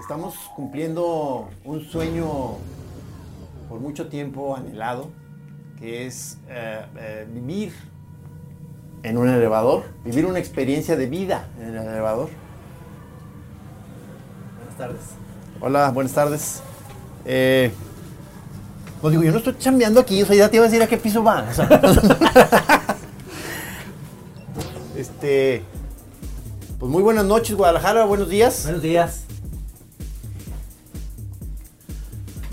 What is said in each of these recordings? Estamos cumpliendo un sueño por mucho tiempo anhelado, que es eh, eh, vivir en un elevador, vivir una experiencia de vida en el elevador. Buenas tardes. Hola, buenas tardes. Eh, no digo, yo no estoy chambeando aquí, o sea, ya te iba a decir a qué piso va. o sea. este, pues muy buenas noches Guadalajara, buenos días. Buenos días.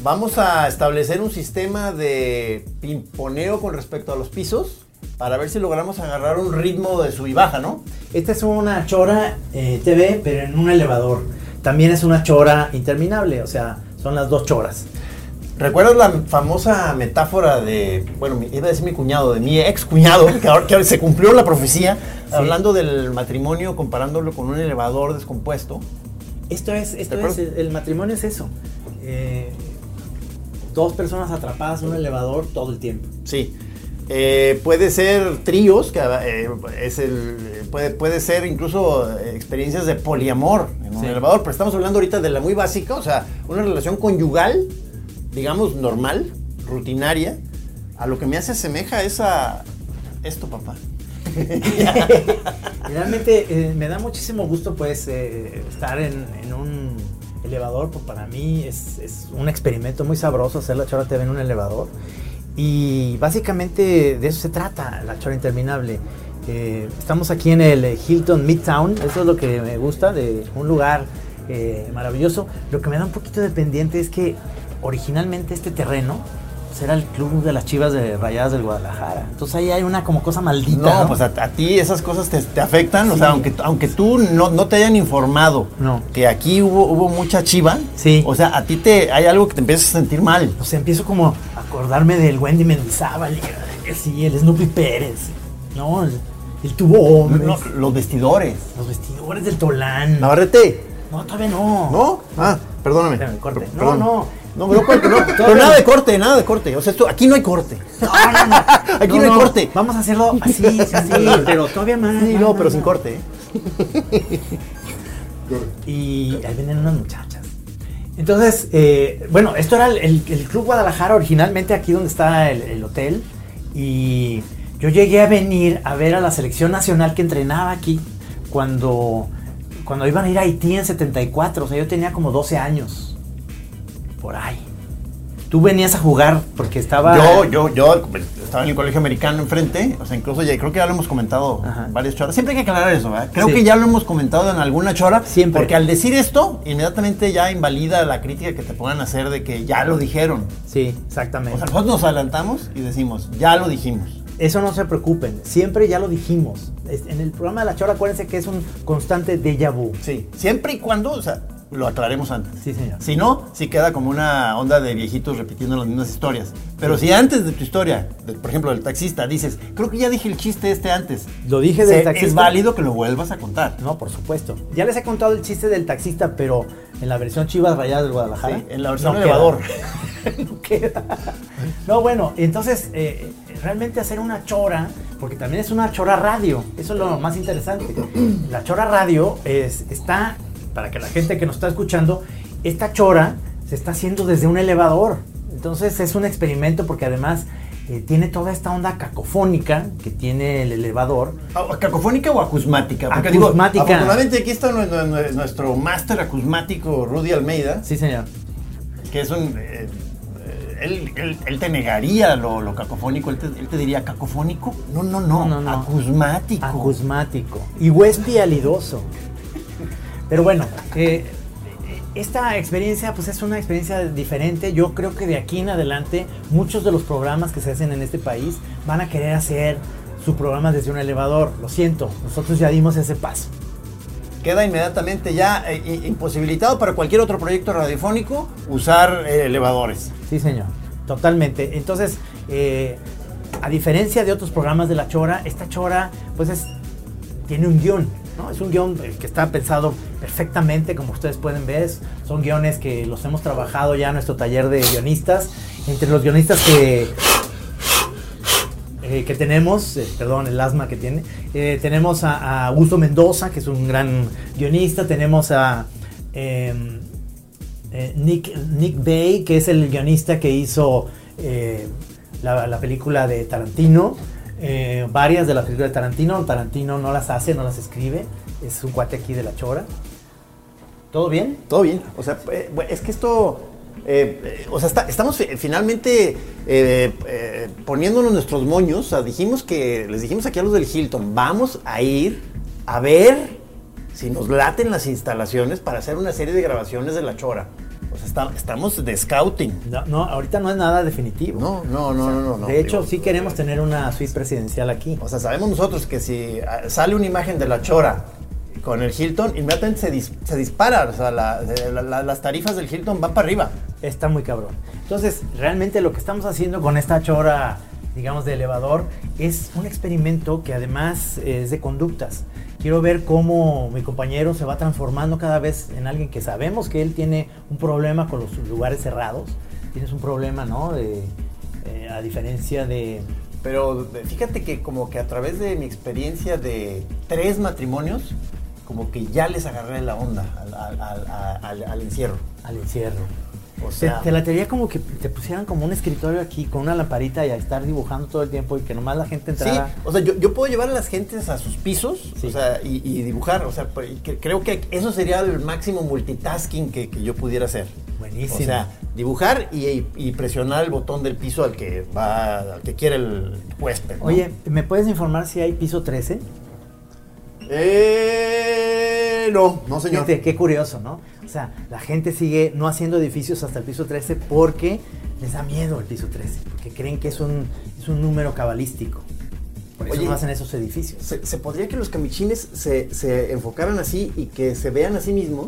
Vamos a establecer un sistema de pimponeo con respecto a los pisos para ver si logramos agarrar un ritmo de sub y baja, ¿no? Esta es una chora eh, TV, pero en un elevador. También es una chora interminable, o sea, son las dos choras. ¿Recuerdas la famosa metáfora de, bueno, mi- iba a decir mi cuñado, de mi ex cuñado, que ahora que ahora se cumplió la profecía, hablando del matrimonio comparándolo con un elevador descompuesto? Esto es, esto ¿De es acuerdo? el, el matrimonio es eso. Eh, dos personas atrapadas en un elevador todo el tiempo. Sí. Eh, puede ser tríos, que eh, es el, puede, puede ser incluso eh, experiencias de poliamor en un Sí. elevador, pero estamos hablando ahorita de la muy básica, o sea, una relación conyugal, digamos, normal, rutinaria, a lo que me hace asemeja es a esto, papá. Realmente eh, me da muchísimo gusto pues eh, estar en, en un elevador, pues para mí es, es un experimento muy sabroso hacer la chora TV en un elevador. Y básicamente de eso se trata la chora interminable. Eh, estamos aquí en el eh, Hilton Midtown, eso es lo que me gusta, de un lugar eh, maravilloso. Lo que me da un poquito de pendiente es que originalmente este terreno pues, era el club de las chivas de Rayadas del Guadalajara. Entonces ahí hay una como cosa maldita. No, pues a, a ti esas cosas te, te afectan, o sea, Sí. aunque, aunque tú no, no te hayan informado No. que aquí hubo, hubo mucha chiva, Sí. o sea, a ti te hay algo que te empiezas a sentir mal. O sea, empiezo como a acordarme del Wendy Mendizábal, y, sí, el Snoopy Pérez, ¿no? El, el tubo Gómez, No, los vestidores. los vestidores del Tolán. Navarrete. No, todavía no. ¿No? Ah, perdóname. Espérame, corte. Per- No, perdón. no. No, no, corte, no. Pero Todavía nada no. de corte, nada de corte. O sea, esto, aquí no hay corte. No, no, no. Aquí no hay corte. Vamos a hacerlo así, sí, sí, pero todavía más. Sí, más, no, más, pero sin más. corte. ¿eh? Y ahí vienen unas muchachas. Entonces, eh, bueno, esto era el, el- el Club Guadalajara originalmente, aquí donde está el, el hotel. Y yo llegué a venir a ver a la selección nacional que entrenaba aquí cuando, cuando iban a ir a Haití en 74. O sea, yo tenía como 12 años. Por ahí. Tú venías a jugar porque estaba... Yo, yo, yo estaba en el colegio americano enfrente. O sea, incluso ya creo que ya lo hemos comentado Ajá. en varias choras. Siempre hay que aclarar eso, ¿verdad? Creo Sí. que ya lo hemos comentado en alguna chora. Siempre. Porque al decir esto, inmediatamente ya invalida la crítica que te puedan hacer de que ya lo dijeron. Sí, O exactamente. sea, nosotros nos adelantamos y decimos, ya lo dijimos. Eso no se preocupen, siempre ya lo dijimos. Es- En el programa de la Chora, acuérdense que es un constante déjà vu. Sí. Siempre y cuando, o sea, lo aclaremos antes. Sí, señor. Si no, sí queda como una onda de viejitos repitiendo las mismas historias. Pero si antes de tu historia, de- por ejemplo, del taxista, dices, creo que ya dije el chiste este antes. Lo dije del se- Es taxista. válido que lo vuelvas a contar. No, por supuesto. Ya les he contado el chiste del taxista, pero en la versión Chivas Rayadas del Guadalajara. Sí, en la versión no elevador. queda. no queda. No, bueno, entonces eh, realmente hacer una chora, porque también es una chora radio. Eso es lo más interesante. La chora radio es, está, para que la gente que nos está escuchando, esta chora se está haciendo desde un elevador. Entonces es un experimento porque además eh, tiene toda esta onda cacofónica que tiene el elevador. Ah, ¿A- ¿Acusmática o acusmática? Porque Acusmática. digo, afortunadamente aquí está nu- nu- nu- nuestro máster acusmático Rudy Almeida, Sí, señor. que es un... eh, eh, él, él- él te negaría lo, lo cacofónico, él te, él te diría, ¿cacofónico? No, no, no, No, no, no. acusmático. Acusmático. Y huespi alidoso. Pero bueno, eh, esta experiencia pues es una experiencia diferente. Yo creo que de aquí en adelante muchos de los programas que se hacen en este país van a querer hacer su programa desde un elevador. Lo siento, nosotros ya dimos ese paso. Queda inmediatamente ya eh, i- imposibilitado para cualquier otro proyecto radiofónico usar eh, elevadores. Sí, señor. Totalmente. Entonces, eh, a diferencia de otros programas de la Chora, esta Chora, pues es, tiene un guión, ¿no? Es un guión eh, que está pensado perfectamente, como ustedes pueden ver. es- Son guiones que los hemos trabajado ya en nuestro taller de guionistas. Entre los guionistas que, eh, que tenemos, eh, perdón, el asma que tiene, eh, tenemos a, a Augusto Mendoza, que es un gran guionista, tenemos a em, eh, Nick, Nick Bay, que es el guionista que hizo eh, la, la película de Tarantino, eh, varias de las películas de Tarantino, Tarantino no las hace, no las escribe, es un cuate aquí de la chora. ¿Todo bien? Todo bien. O sea, eh, bu- es que esto. eh, eh, o sea, está- estamos fi- finalmente eh, eh, poniéndonos nuestros moños. O sea, dijimos que. Les dijimos aquí a los del Hilton, vamos a ir a ver si nos laten las instalaciones para hacer una serie de grabaciones de la chora. O sea, está- estamos de scouting. No, no, ahorita no es nada definitivo. No, no, no, no, no, no. de hecho, Digo, sí queremos tener una suite presidencial aquí. O sea, sabemos nosotros que si ah, sale una imagen de la chora con el Hilton, inmediatamente se, dis- se dispara. O sea, la- eh, la- la- las tarifas del Hilton van para arriba. Está muy cabrón. Entonces, realmente lo que estamos haciendo con esta chora, digamos, de elevador, es un experimento que además eh, es de conductas. Quiero ver cómo mi compañero se va transformando cada vez en alguien que sabemos que él tiene un problema con los lugares cerrados. Tienes un problema, ¿no? De, eh, a diferencia de... Pero de- fíjate que como que a través de mi experiencia de tres matrimonios, como que ya les agarré la onda al, al- al- al- al- al encierro. al encierro. O Te, sea, te la teoría como que te pusieran como un escritorio aquí con una lamparita y a estar dibujando todo el tiempo y que nomás la gente sí, entrara. o sea, yo, yo puedo llevar a las gentes a sus pisos Sí. o sea, y, y dibujar. O sea, pues, y cre- creo que eso sería el máximo multitasking que, que yo pudiera hacer. Buenísimo. O sea, dibujar y, y- y presionar el botón del piso al que va, al que quiere el huésped. ¿no? Oye, ¿me puedes informar si hay piso 13? Eh, no, no señor. Fíjate, Este, qué curioso, ¿no? O sea, la gente sigue no haciendo edificios hasta el piso 13 porque les da miedo el piso 13, porque creen que es un, es un número cabalístico. Por eso Oye. no hacen esos edificios. ¿Se, se podría que los camichines se, se enfocaran así y que se vean a sí mismos?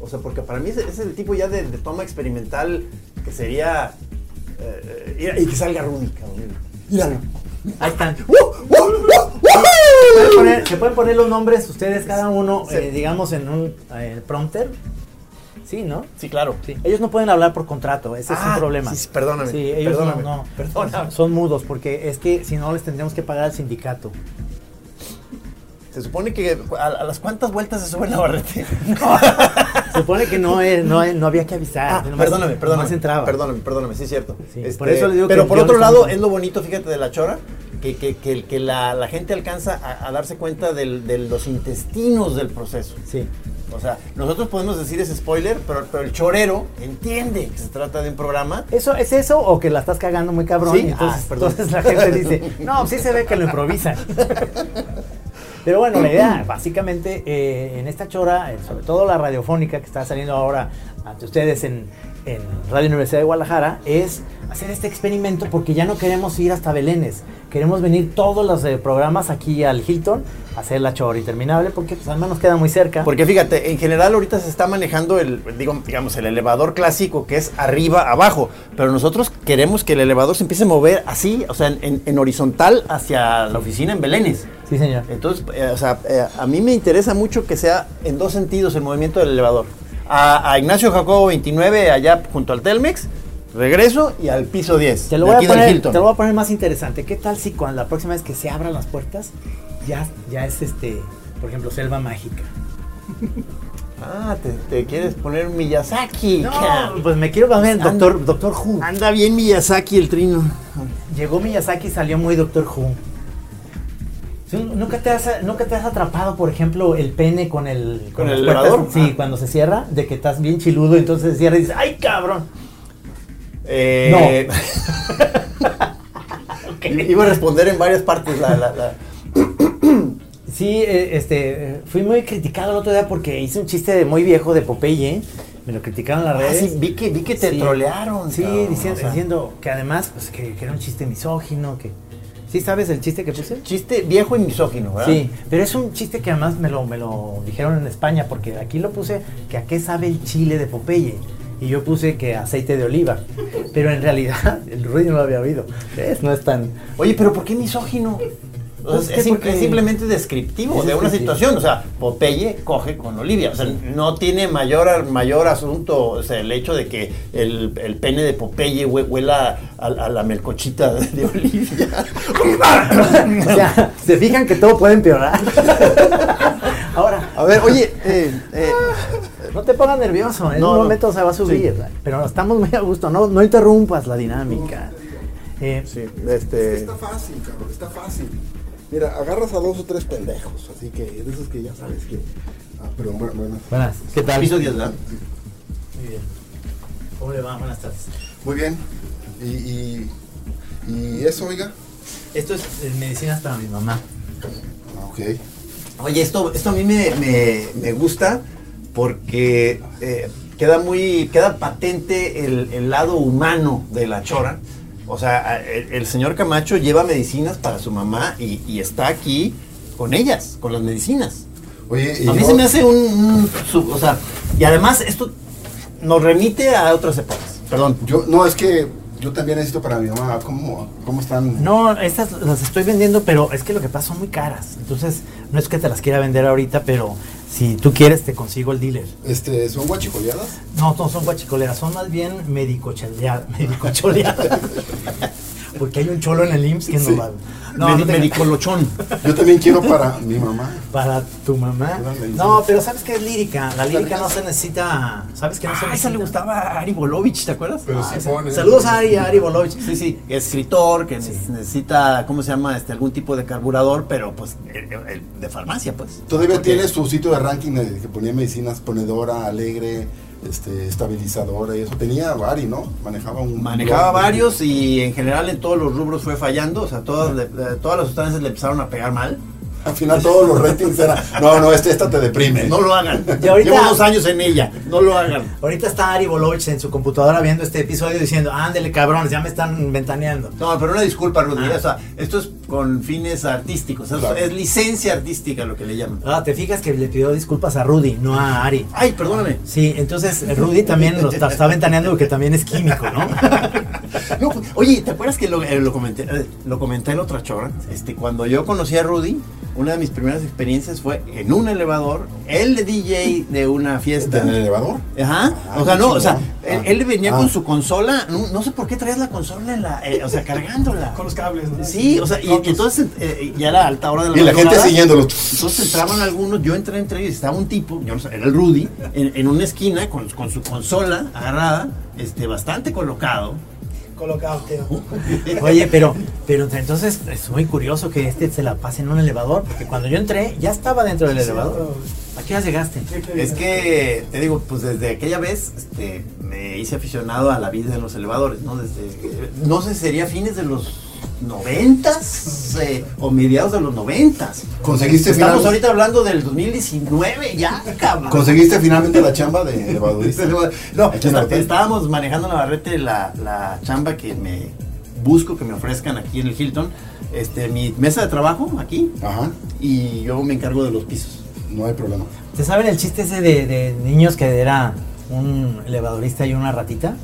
O sea, porque para mí ese, ese es el tipo ya de, de toma experimental que sería... eh, eh, y que salga Rudy, cabrón. Míralo. Ahí están. ¡Uh! ¡Uh! Se pueden ¡Uh! ¡Uh! poner- se pueden poner los nombres ustedes cada uno, Se- eh, digamos, en un eh, prompter. Sí, ¿no? Sí, claro. Sí. Ellos no pueden hablar por contrato, ese es Ah, un problema. sí, sí, perdóname, Sí, ellos perdóname, no, no, perdóname. Son mudos, porque es que si no les tendríamos que pagar al sindicato. Se supone que a, a las cuantas vueltas se sube la barrete. Se supone que no, es- no, es- no había que avisar. Ah, nomás- perdóname, perdóname. nomás entraba. Perdóname, perdóname, sí es cierto. Este, Sí, por eso le digo pero que por yo otro le lado, estaba- es lo bonito, fíjate, de la chora, que, que- que- que la, la gente alcanza a, a darse cuenta del- de los intestinos del proceso. Sí. O sea, nosotros podemos decir ese spoiler, pero, pero el chorero entiende que se trata de un programa. ¿Eso, ¿Es eso o que la estás cagando muy cabrón? Sí. Y Entonces, Ah, perdón. entonces la gente dice, no, sí se ve que lo improvisan. Pero bueno, la idea, básicamente, eh, en esta chora, eh, sobre todo la radiofónica que está saliendo ahora ante ustedes en, en Radio Universidad de Guadalajara es hacer este experimento porque ya no queremos ir hasta Belénes. Queremos venir todos los eh, programas aquí al Hilton, a hacer la chorra interminable porque pues, además nos queda muy cerca. Porque fíjate, en general ahorita se está manejando el, digo, digamos, el elevador clásico que es arriba, abajo, pero nosotros queremos que el elevador se empiece a mover así, o sea, en, en horizontal hacia la oficina en Belénes. Sí, señor. Entonces, eh, o sea, eh, a mí me interesa mucho que sea en dos sentidos el movimiento del elevador. A, a Ignacio Jacobo 29, allá junto al Telmex, regreso y al piso 10. Te de lo, voy a aquí del poner, Hilton. te lo voy a poner más interesante. ¿Qué tal si cuando la próxima vez que se abran las puertas ya, ya es este, por ejemplo, selva mágica? Ah, te, te quieres poner Miyazaki. ah, No, pues me quiero ver And- Doctor, Doctor Who. Anda bien Miyazaki el trino. Llegó Miyazaki y salió muy Doctor Who. Sí, ¿Nunca te, has, ¿Nunca te has atrapado, por ejemplo, el pene con el... ¿Con el las puertas? elevador? Sí, Ah. cuando se cierra, de que estás bien chiludo, entonces se cierra y dices, ¡ay, cabrón! Eh, Ok. Iba a responder en varias partes la... la- la- Sí, eh, este, eh, fui muy criticado el otro día porque hice un chiste de muy viejo de Popeye. ¿eh? Me lo criticaron en las Ah, redes. sí, vi que- vi que te trolearon, Sí, cabrón, diciendo, o sea. diciendo que además, pues que, que era un chiste misógino, que... ¿Sí sabes el chiste que puse? Chiste viejo y misógino, ¿verdad? Sí, pero es un chiste que además me lo, me lo dijeron en España, porque aquí lo puse que a qué sabe el chile de Popeye. Y yo puse que aceite de oliva. Pero en realidad, el ruido no lo había oído. ¿Ves? No es tan. Oye, pero ¿por qué misógino? O Pues sea, que es, sim- porque- es simplemente descriptivo Es de una descriptivo. situación. O sea, Popeye coge con Olivia. O sea, no tiene mayor, mayor asunto o sea, el hecho de que el, el pene de Popeye hue- huela a, a la melcochita de Olivia. O sea, se fijan que todo puede empeorar. Ahora, a ver, oye, eh, eh, no te pongas nervioso. En No, un no. momento se va a subir. Pero estamos muy a gusto. No, no interrumpas la dinámica. Eh, sí, este... Está fácil, cabrón, está fácil. Mira, agarras a dos o tres pendejos, así que de esos que ya sabes que. Ah, pero bueno, bueno. Buenas. ¿Qué tal? Piso 10, ¿verdad? Muy bien. ¿Cómo le va? Buenas tardes. Muy bien. Y, y, y eso, oiga. Esto es eh, medicinas para mi mamá. Ah, ok. Oye, esto, esto a mí me, me- me gusta porque eh, queda muy, queda patente el, el lado humano de la chora. O sea, a- el, el señor Camacho lleva medicinas para su mamá y, y está aquí con ellas, con las medicinas. Oye, y A mí yo- se me hace un, un sub- o sea, y además esto nos remite a otras épocas. Perdón. Yo, no, es que yo también necesito para mi mamá. ¿Cómo, cómo están? No, estas las estoy vendiendo, pero es que lo que pasa son muy caras. Entonces, no es que te las quiera vender ahorita, pero si tú quieres, te consigo el dealer. Este, ¿Son guachicoleadas? No, no son guachicoleras, son más bien medicocholeadas. medicocholeadas. Porque hay un cholo en el IMSS que Sí. no va. No, No, no te- medicolochón. Yo también quiero para mi mamá. Para tu mamá. Una medicina. No, pero ¿sabes qué es lírica? La lírica no se necesita. ¿Sabes qué no se Ah, esa necesita? le gustaba a Ari Bolovich, ¿te acuerdas? Ah, Pero sí pone. Saludos a Ari, a Ari Bolovich. Sí, sí, escritor que ne- necesita, ¿cómo se llama? Este, algún tipo de carburador, pero pues el- el de farmacia, pues. Todavía Porque- tiene su sitio de ranking de- que ponía medicinas ponedora, alegre, este, estabilizadora y eso. Tenía Ari, ¿no? Manejaba un. Manejaba blog de- varios y en general en todos los rubros fue fallando, o sea, todas, le- le- todas las sustancias le empezaron a pegar mal. Al final todos los ratings eran. No, no, este, esta te deprime. No lo hagan. Y ahorita- Llevo dos años en ella, no lo hagan. Ahorita está Ari Bolovich en su computadora viendo este episodio diciendo, ándele cabrones, ya me están ventaneando. No, pero una disculpa, Rudy, o sea, esto es con fines artísticos, o sea, Claro. es licencia artística lo que le llaman. Ah, te fijas que le pidió disculpas a Rudy, no a Ari. Ay, perdóname. Sí, entonces eh, Rudy también lo está, está ventaneando porque también es químico, ¿no? No, pues, oye, ¿te acuerdas que lo, eh, lo comenté eh, lo comenté en otra chorra? Este, cuando yo conocí a Rudy, una de mis primeras experiencias fue en un elevador, él de DJ de una fiesta. Este, ¿En el elevador? Ajá, Ah, o sea, no, o sea, él, chingón. él venía Ah. con su consola, no, no sé por qué traías la consola en la, eh, o sea, cargándola. Con los cables, ¿no? Sí, o sea, y, y entonces eh, ya era alta hora de la Y la gente madrugada. siguiéndolo. Entonces entraban algunos, yo entré entre ellos, estaba un tipo, yo no sé, era el Rudy, en, en una esquina con, con su consola agarrada, este, bastante colocado. Colocado, tío. Oye, pero, pero entonces es muy curioso que este se la pase en un elevador, porque cuando yo entré ya estaba dentro del elevador. ¿A qué hora llegaste? Es que, te digo, pues desde aquella vez este, me hice aficionado a la vida en los elevadores, ¿no? Desde, eh, no sé, sería fines de los noventas eh, o mediados de los noventas. ¿Conseguiste, Estamos final- ahorita hablando del 2019, ya, cabrón. ¿Conseguiste finalmente la chamba de elevadorista? No, Aquí en está- la hotel. estábamos manejando Navarrete la, la chamba que me busco que me ofrezcan aquí en el Hilton. Este, mi mesa de trabajo aquí Ajá, y yo me encargo de los pisos. no hay problema. ¿Te saben el chiste ese de, de niños que era un elevadorista y una ratita?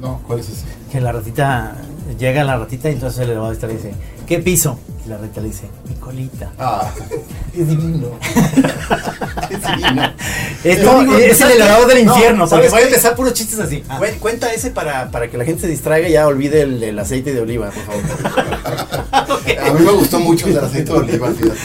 No, ¿cuál es ese? Que la ratita llega la ratita y entonces el elevadorista le dice, ¿qué piso? Y la ratita le dice, mi colita. Ah, Es divino. es divino. Esto No, es el ¿sabes qué? elevador del No, infierno, porque ¿sabes voy a qué? empezar puros chistes así. Ah. Cuen- Cuenta ese para, para que la gente se distraiga y ya olvide el, el aceite de oliva, por favor. Ok. a mí me gustó mucho el del aceite de oliva, fíjate.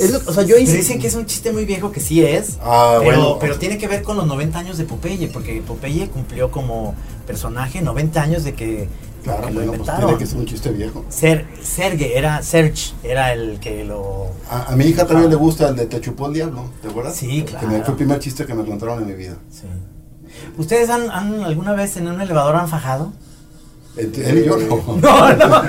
Es lo- o sea, yo hice- Ah. pero dicen que es un chiste muy viejo que sí es. Ah, pero, bueno. pero tiene que ver con los 90 años de Popeye, porque Popeye cumplió como personaje 90 años de que, Claro, que lo bueno, pues inventaron. tiene que ser un chiste viejo. Ser, Serge, era Serge, era el que lo... A, a mi hija también le gusta el de Te chupó el diablo, ¿te acuerdas? Sí, Que me- fue claro. el primer chiste que me contaron en mi vida. sí. ¿Ustedes han, han- alguna vez en un elevador han fajado? Él él y yo no. No, no.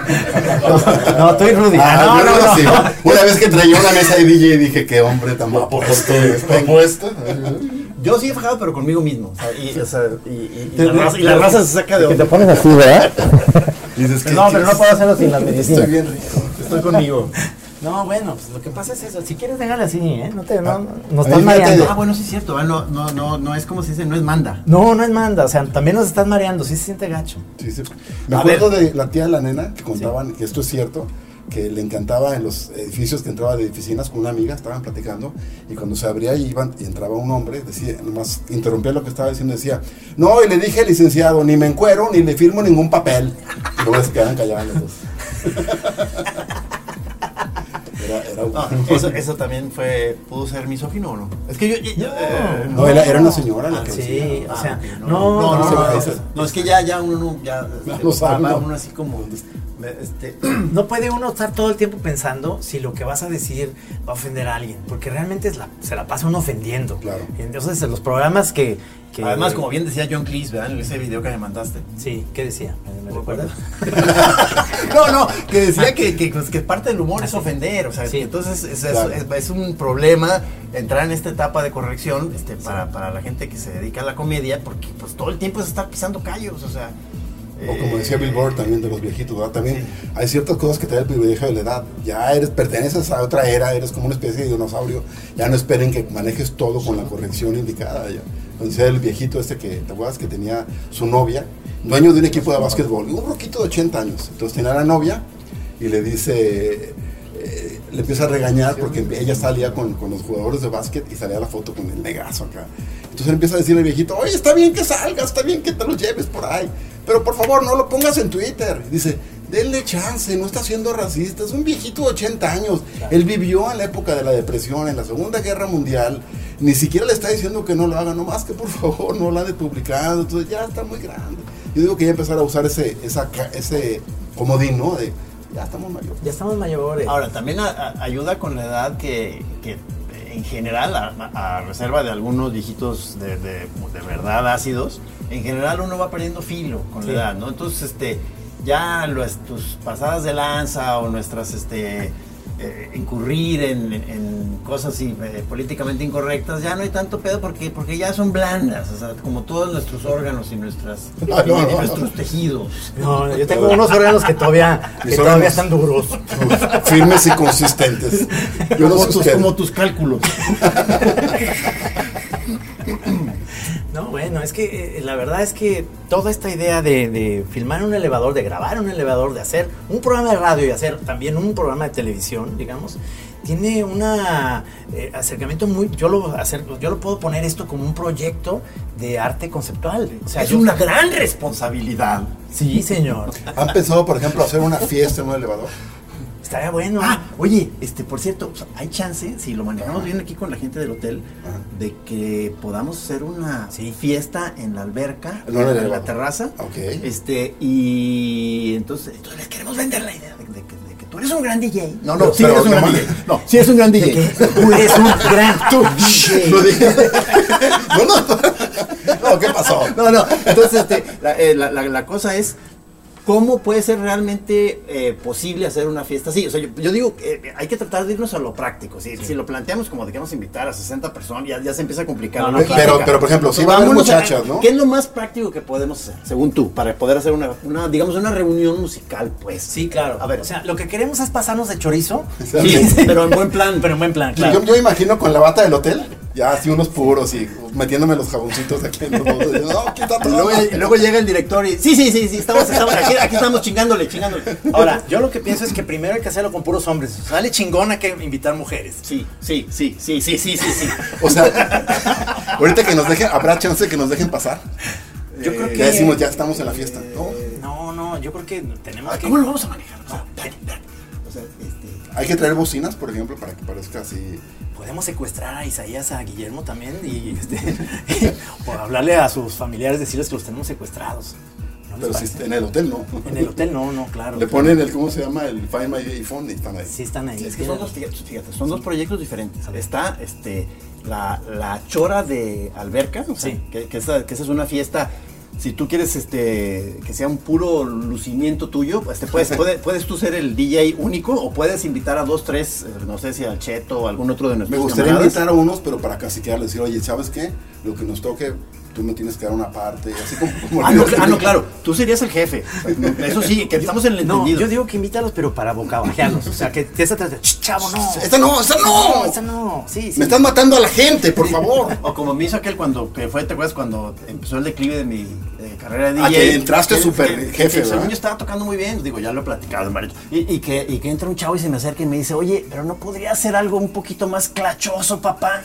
no, tú y Rudy. Ah, Ah, no, yo no, creo no. que sí. Una vez que traía una mesa de DJ dije, qué hombre tan apuesto es. Tengo esto. Yo sí he fajado, pero conmigo mismo. o sea, y, o sea, y- y- y la, Te- raza, y la te- raza se saca de onda. pones así, ¿verdad? Dices que No, pero no puedo hacerlo sin las medicinas. Estoy bien rico. Estoy conmigo. No, bueno, pues lo que pasa es eso. Si quieres, déjale así, ¿eh? No te, no, no, nos a estás mí fíjate mareando. Ah, bueno, sí es cierto. ah, No, no, no, no es como se dice, no es manda. No, no es manda, o sea, también nos estás mareando, sí se siente gacho. Sí, sí. Me A acuerdo de la tía de la nena que contaban que esto es cierto, que le encantaba en los edificios que entraba de oficinas con una amiga, estaban platicando, y cuando se abría y, iban, y entraba un hombre, decía, nomás interrumpía lo que estaba diciendo, decía, no, y le dije licenciado, ni me encuero, ni le firmo ningún papel. Y luego se quedan callados los dos. Era, era un- No, eso, eso también fue, pudo ser misógino o no. Es que yo. yo- yo, eh, No, era, era una señora Ah, la que sí. decía. o sea, ok, no, no, no, no, no, no, no, eso- no, es que ya, ya uno, no, ya, este, lo sabe, va ¿no? uno así como, este, No puede uno estar todo el tiempo pensando si lo que vas a decir va a ofender a alguien, porque realmente es la- se la pasa uno ofendiendo. Claro. Entonces, en los programas que. que- además, como bien decía John Cleese, ¿verdad? En ese video que me mandaste. Sí, ¿qué decía? ¿Me No recuerdas? no, no, que decía que, que, pues, que parte del humor es ofender, o sea, Sí. que entonces es, es- Claro. es- es un problema entrar en esta etapa de corrección este, para, para la gente que se dedica a la comedia, porque pues todo el tiempo es estar pisando callos, o sea... O como decía Billboard también de los viejitos, ¿verdad? También hay ciertas cosas que te da el privilegio de la edad. Ya eres, perteneces a otra era, eres como una especie de dinosaurio. Ya no esperen que manejes todo con la corrección indicada. Ya. Entonces el viejito este que, ¿te acuerdas? Que tenía su novia, dueño de un equipo de básquetbol, un roquito de 80 años. Entonces tenía la novia y le dice, eh, le empieza a regañar porque ella salía con, con los jugadores de básquet y salía la foto con el negazo acá. Entonces él empieza a decirle al viejito, oye, está bien que salgas, está bien que te lo lleves por ahí, pero por favor no lo pongas en Twitter. Y Dice, denle chance, no está siendo racista, es un viejito de 80 años. Él vivió en la época de la depresión, en la Segunda Guerra Mundial, ni siquiera le está diciendo que no lo haga, nomás que por favor no lo ande publicando, entonces ya está muy grande. Yo digo que ya empezar a usar ese, esa, ca- ese comodín, ¿no? De, ya estamos mayores. Ya estamos mayores. Ahora, también a- a- ayuda con la edad que, que, eh, en general, a, a reserva de algunos viejitos de, de- de verdad ácidos, en general uno va perdiendo filo con Sí. la edad, ¿no? Entonces, este, ya los- tus pasadas de lanza o nuestras, este, eh, incurrir en, en cosas in- eh, políticamente incorrectas, ya no hay tanto pedo porque, porque ya son blandas, o sea, como todos nuestros órganos y, nuestras, Ay, Ah, no, y- y no, no. nuestros tejidos. No, yo tengo unos órganos que todavía, que Mis todavía órganos. están duros. Firmes y consistentes. Yo no como, sé tus, ustedes. como tus cálculos. No, bueno, es que eh, la verdad es que toda esta idea de, de filmar en un elevador, de grabar en un elevador, de hacer un programa de radio y hacer también un programa de televisión, digamos, tiene un acercamiento muy... Yo lo, acerco- yo lo puedo poner esto como un proyecto de arte conceptual. O sea, es yo- una gran responsabilidad. Sí, señor. ¿Han pensado, por ejemplo, hacer una fiesta en un elevador? Estaría bueno. Ah, oye, este, por cierto, pues, hay chance, si lo manejamos bien aquí con la gente del hotel, Ajá. de que podamos hacer una Sí. fiesta en la alberca, No, no, no, en la no. terraza. Ok. Este, y entonces, entonces les queremos vender la idea de, de que- de que tú eres un gran DJ. No, no, sí pero eres un no gran mames. DJ. No, sí eres un gran DJ. Tú eres un gran... Tú, shh, lo dije. No, no. No, ¿qué pasó? No, no. Entonces, este, la, eh, la- la- la cosa es ¿Cómo puede ser realmente eh, posible hacer una fiesta así? O sea, yo, yo digo, que eh, hay que tratar de irnos a lo práctico. Si, si lo planteamos como de que vamos a invitar a 60 personas, ya, ya se empieza a complicar. No, la no, logística. pero- pero, por ejemplo, sí va a haber vámonos muchachas, ¿no? ¿Qué es lo más práctico que podemos hacer, según tú, para poder hacer una, una, digamos, una reunión musical, pues? Sí, claro. A ver, o sea, lo que queremos es pasarnos de chorizo. sí, pero en buen plan. Pero en buen plan, claro. Yo, yo me imagino con la bata del hotel, ya así unos puros y metiéndome los jaboncitos aquí en los dedos. y yo, No, quita Y todo. luego, y luego llega el director y sí, sí, sí, sí, estamos, estamos aquí, aquí estamos chingándole, chingándole. Ahora, yo lo que pienso es que primero hay que hacerlo con puros hombres. Sale chingón, hay que invitar mujeres. Sí, sí, sí, sí, sí, sí, sí, sí. O sea, ahorita que nos dejen, habrá chance de que nos dejen pasar. Yo creo que. Ya decimos, ya estamos en la fiesta. ¿no? No, no, yo creo que tenemos que. Ah, ¿Cómo lo vamos a manejar? O sea, O sea, este, hay que traer bocinas, por ejemplo, para que parezca así. Podemos secuestrar a Isaías, a Guillermo también y, este, o hablarle a sus familiares, decirles que los tenemos secuestrados. ¿No les Pero si parece? está en el hotel, no. En el hotel, no, no, claro. Le ponen el, ¿cómo se llama? El Find My iPhone y están ahí. Sí, están ahí. Es que son dos, fíjate, fíjate, son dos proyectos diferentes. Está este, la, la chora de alberca, o sea, Sí. que, que esa, que esa es una fiesta. Si tú quieres este, que sea un puro lucimiento tuyo, pues te puedes, puede- puedes tú ser el DJ único o puedes invitar a dos, tres, eh, no sé si al Cheto o algún otro de Me nuestros gustaría camaradas. invitar a unos, pero para caciquearle, decir, oye, ¿sabes qué? Lo que nos toque, tú me tienes que dar una parte. Así como. como Ah no, cl- ah, no, claro, tú serías el jefe. Eso sí, que estamos en el No, entendido. yo digo que invítalos, pero para bocabajearlos. O sea, que te estás atrás de, "Ch, chavo, no. ¡Esta no! ¡Esta no! No, esa no. Sí, sí. ¡Me están matando a la gente, por favor! O como me hizo aquel cuando que fue, ¿te acuerdas cuando empezó el declive de mi eh, carrera de Ah, DJ? que entraste súper que- jefe, que según ¿verdad? yo estaba tocando muy bien, digo, ya lo he platicado, Marito. Y, y que, y que entra un chavo y se me acerca y me dice, oye, pero no podría hacer algo un poquito más clachoso, papá.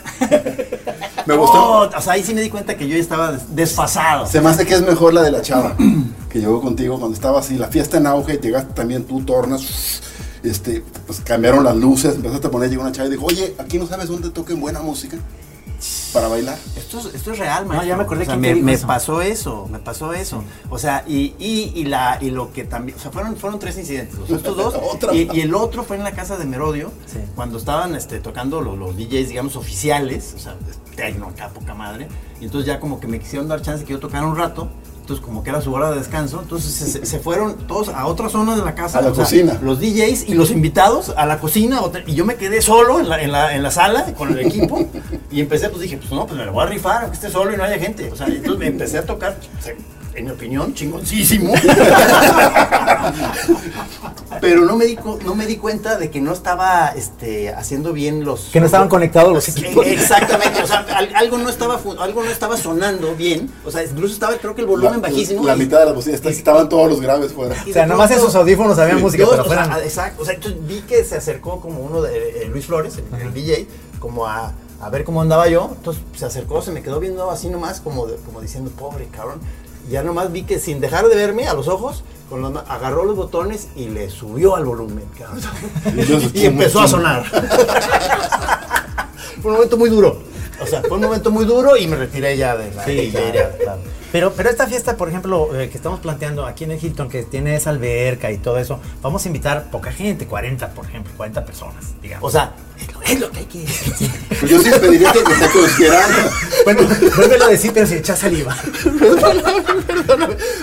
Me gustó. Oh, o sea, ahí sí me di cuenta que yo ya estaba des- desfasado. Se me hace que es mejor la de la chava que llegó contigo cuando estaba así, la fiesta en auge, llegaste también tú, tornas, este, pues cambiaron las luces, empezaste a poner, llegó una chava y dijo, oye, aquí no sabes dónde toquen buena música para bailar. Esto es, esto es real, No, ya me acordé O sea, quién te me, dijo me eso. pasó eso, me pasó eso. O sea, y, y, y la, y lo que también, o sea, fueron, fueron tres incidentes, o sea, estos dos. Otra. y, y el otro fue en la casa de Merodio, Sí. cuando estaban este, tocando lo- los, DJs, digamos, oficiales, o sea, tecno, acá, poca madre. Y entonces ya como que me quisieron dar chance que yo tocara un rato. Entonces, como que era su hora de descanso, entonces se- se, se fueron todos a otra zona de la casa. A la o sea, cocina. los DJs y los invitados a la cocina otra- y yo me quedé solo en la, en la- en la sala con el equipo y empecé, pues dije, pues no, pues me lo voy a rifar, aunque esté solo y no haya gente. O sea, y entonces me empecé a tocar, se- en mi opinión, chingoncísimo. Pero no me di, cu- no me di cuenta de que no estaba este, haciendo bien los... Que no estaban conectados los Sí, equipos. Exactamente, o sea, al- algo no estaba fu- algo no estaba sonando bien, o sea, incluso estaba creo que el volumen bajísimo. La y- mitad de las bocinas, está- estaban todos los graves fuera. y O sea, de nomás en pronto- sus audífonos había música, yo, pero o sea, fueran- ah, exacto. O sea, entonces vi que se acercó como uno de eh, Luis Flores, el, el DJ, como a, a ver cómo andaba yo. Entonces se acercó, se me quedó viendo así nomás, como, de- como diciendo, pobre cabrón. Y ya nomás vi que sin dejar de verme a los ojos, con los ma- agarró los botones y le subió al volumen, cabrón. Y yo- y empezó a sonar. fue un momento muy duro. O sea, fue un momento muy duro y me retiré ya de la Sí, de- claro, claro. Pero, pero esta fiesta, por ejemplo, eh, que estamos planteando aquí en el Hilton, que tiene esa alberca y todo eso, vamos a invitar poca gente, 40, por ejemplo, 40 personas, digamos. O sea, es lo, es lo que hay que Pues yo sí pediría que te consideraran. bueno, vuélvelo a decir, pero si echas saliva.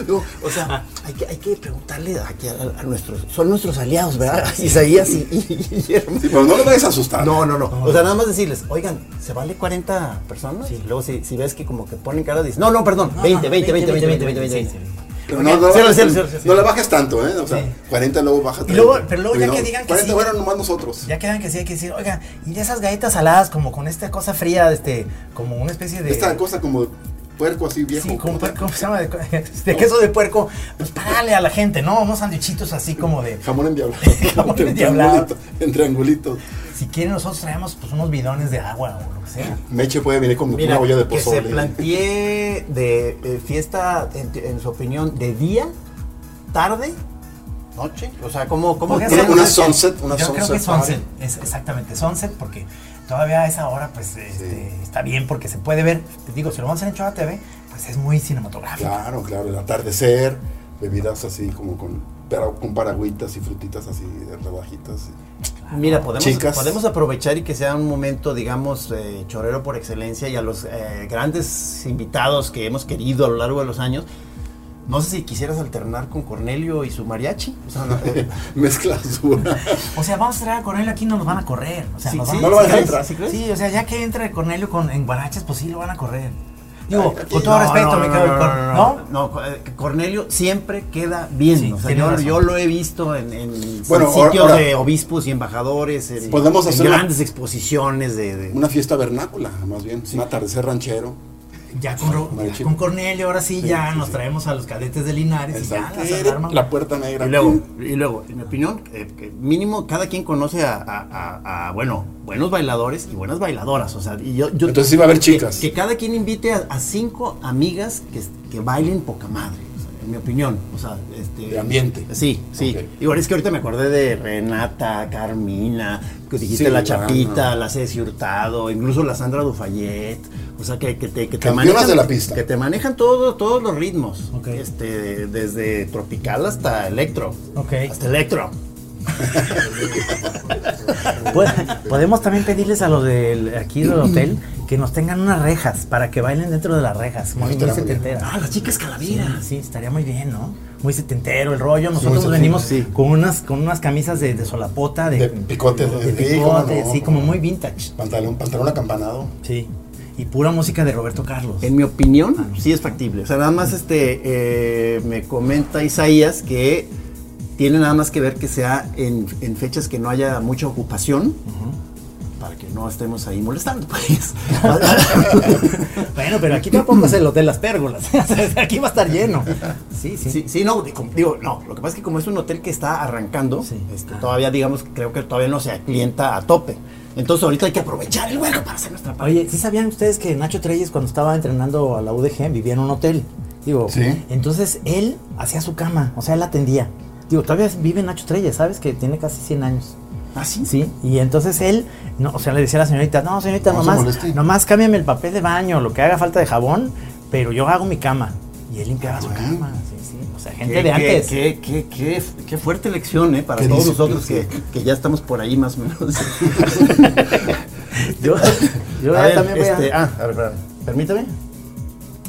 No, o sea, hay que, hay que preguntarle aquí a, a nuestros, son nuestros aliados, ¿verdad? Isaías y, y Guillermo. Sí, pero no lo vayas a asustar. No, no, no. O sea, nada más decirles, oigan, ¿se vale 40 personas? Y luego si, si ves que como que ponen cara, dices, no, no, perdón, 20, 20, 20, 20, 20, 20, 20. Pero no, no, Cero, no- cero, cero, cero. no le bajes tanto, ¿eh? O sea, Sí. 40 luego baja 30. luego- pero luego ya No, que digan que 40 sí. fueron nomás nosotros. Ya quedan que sí hay que decir, oiga, y de esas galletas saladas, como con esta cosa fría, este, como una especie de. Esta cosa como puerco así viejo. Sí, como puerco, ¿cómo se llama? De, este, de queso de puerco, pues párale a la gente, ¿no? Unos sandwichitos así como de. Jamón endiablado. Jamón En endiablado. triangulito, En triangulitos. Si quieren, nosotros traemos pues unos bidones de agua o lo que sea. Meche puede venir con Mira, una olla de que se pozole. plantee de eh, fiesta, en, en su opinión, de día, tarde, noche. O sea, ¿cómo, cómo Podría Una, creen ser una ustedes que- sunset, una Yo sunset. creo que party. sunset, es exactamente sunset, porque todavía a esa hora pues este, está bien porque se puede ver. Te digo, si lo vamos a hacer en Chava TV, pues es muy cinematográfico. Claro, claro, el atardecer, bebidas así como con, pero con paragüitas y frutitas así, de rebajitas. Mira, podemos, Chicas. podemos aprovechar y que sea un momento, digamos, eh, chorero por excelencia y a los eh, grandes invitados que hemos querido a lo largo de los años, No sé si quisieras alternar con Cornelio y su mariachi. O sea, eh, no- Mezcla basura. O sea, vamos a traer a Cornelio aquí y nos lo van a correr. O sea, Sí, nos sí, van ¿no lo van a ¿sí crees? dejar entrar, sí crees? Sí, o sea, ya que entre Cornelio con, en guarachas, pues sí lo van a correr. Digo, Ay, con todo respeto, me quedo con. no, ¿No? no, no, co- eh, Cornelio siempre queda bien. Sí, o sea, tiene yo, razón. yo lo he visto en, en Bueno, ahora- sitios ahora- de obispos y embajadores, en, Podemos en hacer una- grandes exposiciones de... de- Una fiesta vernácula, más bien. Un atardecer ranchero. Ya con, Ro- Mariachi. con Cornelio, ahora sí, Sí, ya sí, nos sí. traemos a los cadetes de Linares Exacto. y ya las armas. La puerta negra. Mm. Y luego, y luego, en mi opinión, eh, que mínimo cada quien conoce a, a- a- a, bueno, buenos bailadores y buenas bailadoras. O sea, y yo, yo- Entonces sí va a haber que- chicas. Que, cada quien invite a, a cinco amigas que, que bailen poca madre, o sea, en mi opinión. O sea, este, De ambiente. Sí, sí. Ok. Igual es que ahorita me acordé de Renata, Carmina, que dijiste Sí, la la- Chapita, no. la Ceci Hurtado, incluso la Sandra Dufayet. O sea, que, que te, que te Campeonas manejan. de la pista. Que te manejan todo, todos los ritmos. Ok. Este, desde tropical hasta electro. Ok. Hasta electro. Pod- Podemos también pedirles a los del aquí del hotel que nos tengan unas rejas para que bailen dentro de las rejas. Muy, muy Estaría muy bien. setentera. Ah, las chicas calaveras. Sí, sí, estaría muy bien, ¿no? Muy setentero el rollo. Nosotros muy venimos setentero, sí. con unas con unas camisas de, de solapota, de, De picote, de, sí, picote, cómo no, sí, cómo como no. muy vintage. Pantalón, pantalón acampanado. Sí. Y pura música de Roberto Carlos. En mi Ah. opinión, sí es factible. O sea, nada más este, eh, me comenta Isaías que tiene nada más que ver que sea en, en fechas que no haya mucha ocupación. Para que no estemos ahí molestando, pues. Bueno, pero aquí tampoco es el hotel Las Pérgolas. aquí va a estar lleno. Sí, sí. sí, sí, no, digo, digo, no. Lo que pasa es que como es un hotel que está arrancando, Sí. este, Ah. todavía, digamos, creo que todavía no se aclienta a tope. Entonces ahorita hay que aprovechar el hueco para hacer nuestra parte. Oye, ¿sí sabían ustedes que Nacho Treyes cuando estaba entrenando a la UDG vivía en un hotel? Digo, Sí. entonces él hacía su cama, o sea, él atendía. Digo, todavía vive Nacho Treyes, ¿sabes? Que tiene casi 100 años. ¿Así? Sí, y entonces él, no, o sea, le decía a la señorita, no, señorita, No se nomás, moleste. nomás cámbiame el papel de baño, lo que haga falta de jabón, pero yo hago mi cama. Y él limpiaba su bueno. cama, sí, sí. O sea, gente Ah, Qué- de qué- antes. Qué, qué, qué, qué fuerte lección, ¿eh? Para Qué todos disciplina, nosotros que, que ya estamos por ahí más o menos. Yo, yo A ya ver, también voy a- este, Ah, a ver, espérame. permítame.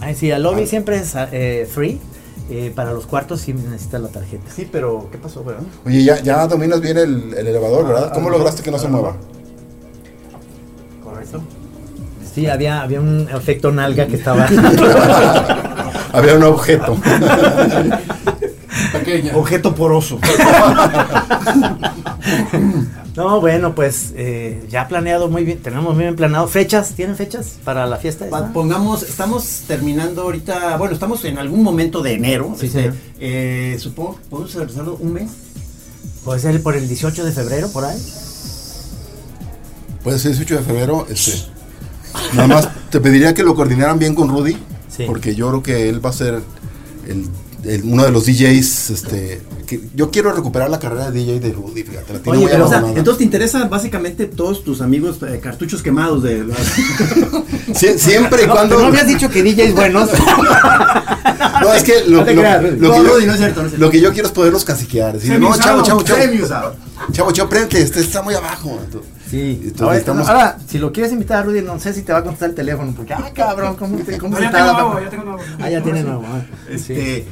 Ay, sí, el lobby siempre es eh, free. eh, para los cuartos sí necesitas la tarjeta. Sí, pero ¿qué pasó, verdad? Oye, ya, ya dominas bien el, el elevador, ¿verdad? Ah, ¿Cómo ah, lograste que no se ah, mueva? Correcto. Sí, había, había un efecto nalga que estaba. ah. Había un objeto. Objeto poroso. no, bueno, pues eh, ya planeado muy bien. Tenemos muy bien planeado. ¿Fechas? ¿Tienen fechas para la fiesta? esta? Pa- Pongamos, estamos terminando ahorita, bueno, estamos en algún momento de enero. Sí, este, señor. eh, supongo, ¿podemos regresarlo un mes? Puede ser por el 18 de febrero, por ahí. Puede ser 18 de febrero. Este, nada más te pediría que lo coordinaran bien con Rudy. Sí. Porque yo creo que él va a ser el- el- uno de los DJs. Este, que yo quiero recuperar la carrera de DJ de Rudy. Fíjate, la tiene Oye, muy pero, o sea, abandonada. entonces te interesan básicamente todos tus amigos eh, cartuchos quemados de... Sie- siempre y cuando. ¿No habías dicho que DJs buenos? No, es que lo, No te lo- creas, lo no, que yo, Rudy, no es cierto, no es cierto. lo que yo quiero es poderlos caciquear. decir, no, chavo, chavo, chavo. Chavo, chavo, prende, este está muy abajo. Entonces, entonces Ahora, necesitamos- ahora, si lo quieres invitar a Rudy, no sé si te va a contestar el teléfono. Porque, ah, cabrón, ¿cómo te cómo No, se ya te tengo da la- nuevo, eh. ya tengo nuevo. Ah, ya tiene nuevo. ah, sí. Este, eh,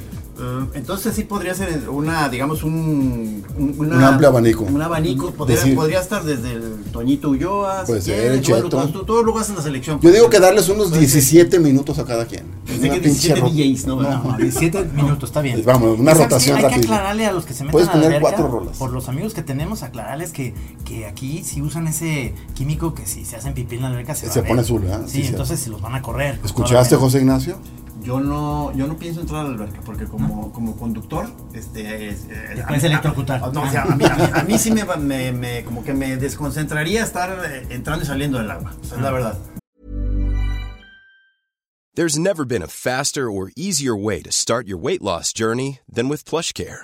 entonces sí podría ser una, digamos, un, un- Un amplio abanico. Un abanico, podría, Decir- podría estar desde el Toñito Ulloa, Puede ser, quieres, Cheto. todo lo- todo- todo lo que haces en la selección. Yo digo que darles unos Puede ser. 17 minutos a cada quien. Pensé Una que pinche 17 ro- DJs, no, no, no, 17 minutos, está bien. Pues vamos, una ¿Y sabes qué? rotación Hay que rápida. aclararle a los que se meten Puedes a la tener alberca, cuatro rolas. Por los amigos que tenemos, aclararles que, que aquí si usan ese químico que si se hacen pipí en la alberca se, va Se a ver. pone azul, ¿verdad? Sí, Sí, cierto. entonces se los van a correr. ¿Escuchaste, José Ignacio? Yo no, yo no pienso entrar a la alberca porque como, como conductor, este, es- eh, Ah. Te a puedes mí- electrocutar. a- no, o sea, a mí, a mí- a mí sí me, va- me- me- como que me desconcentraría estar eh, entrando y saliendo del agua, o sea, Ah. es la verdad. There's never been a faster or easier way to start your weight loss journey than with PlushCare.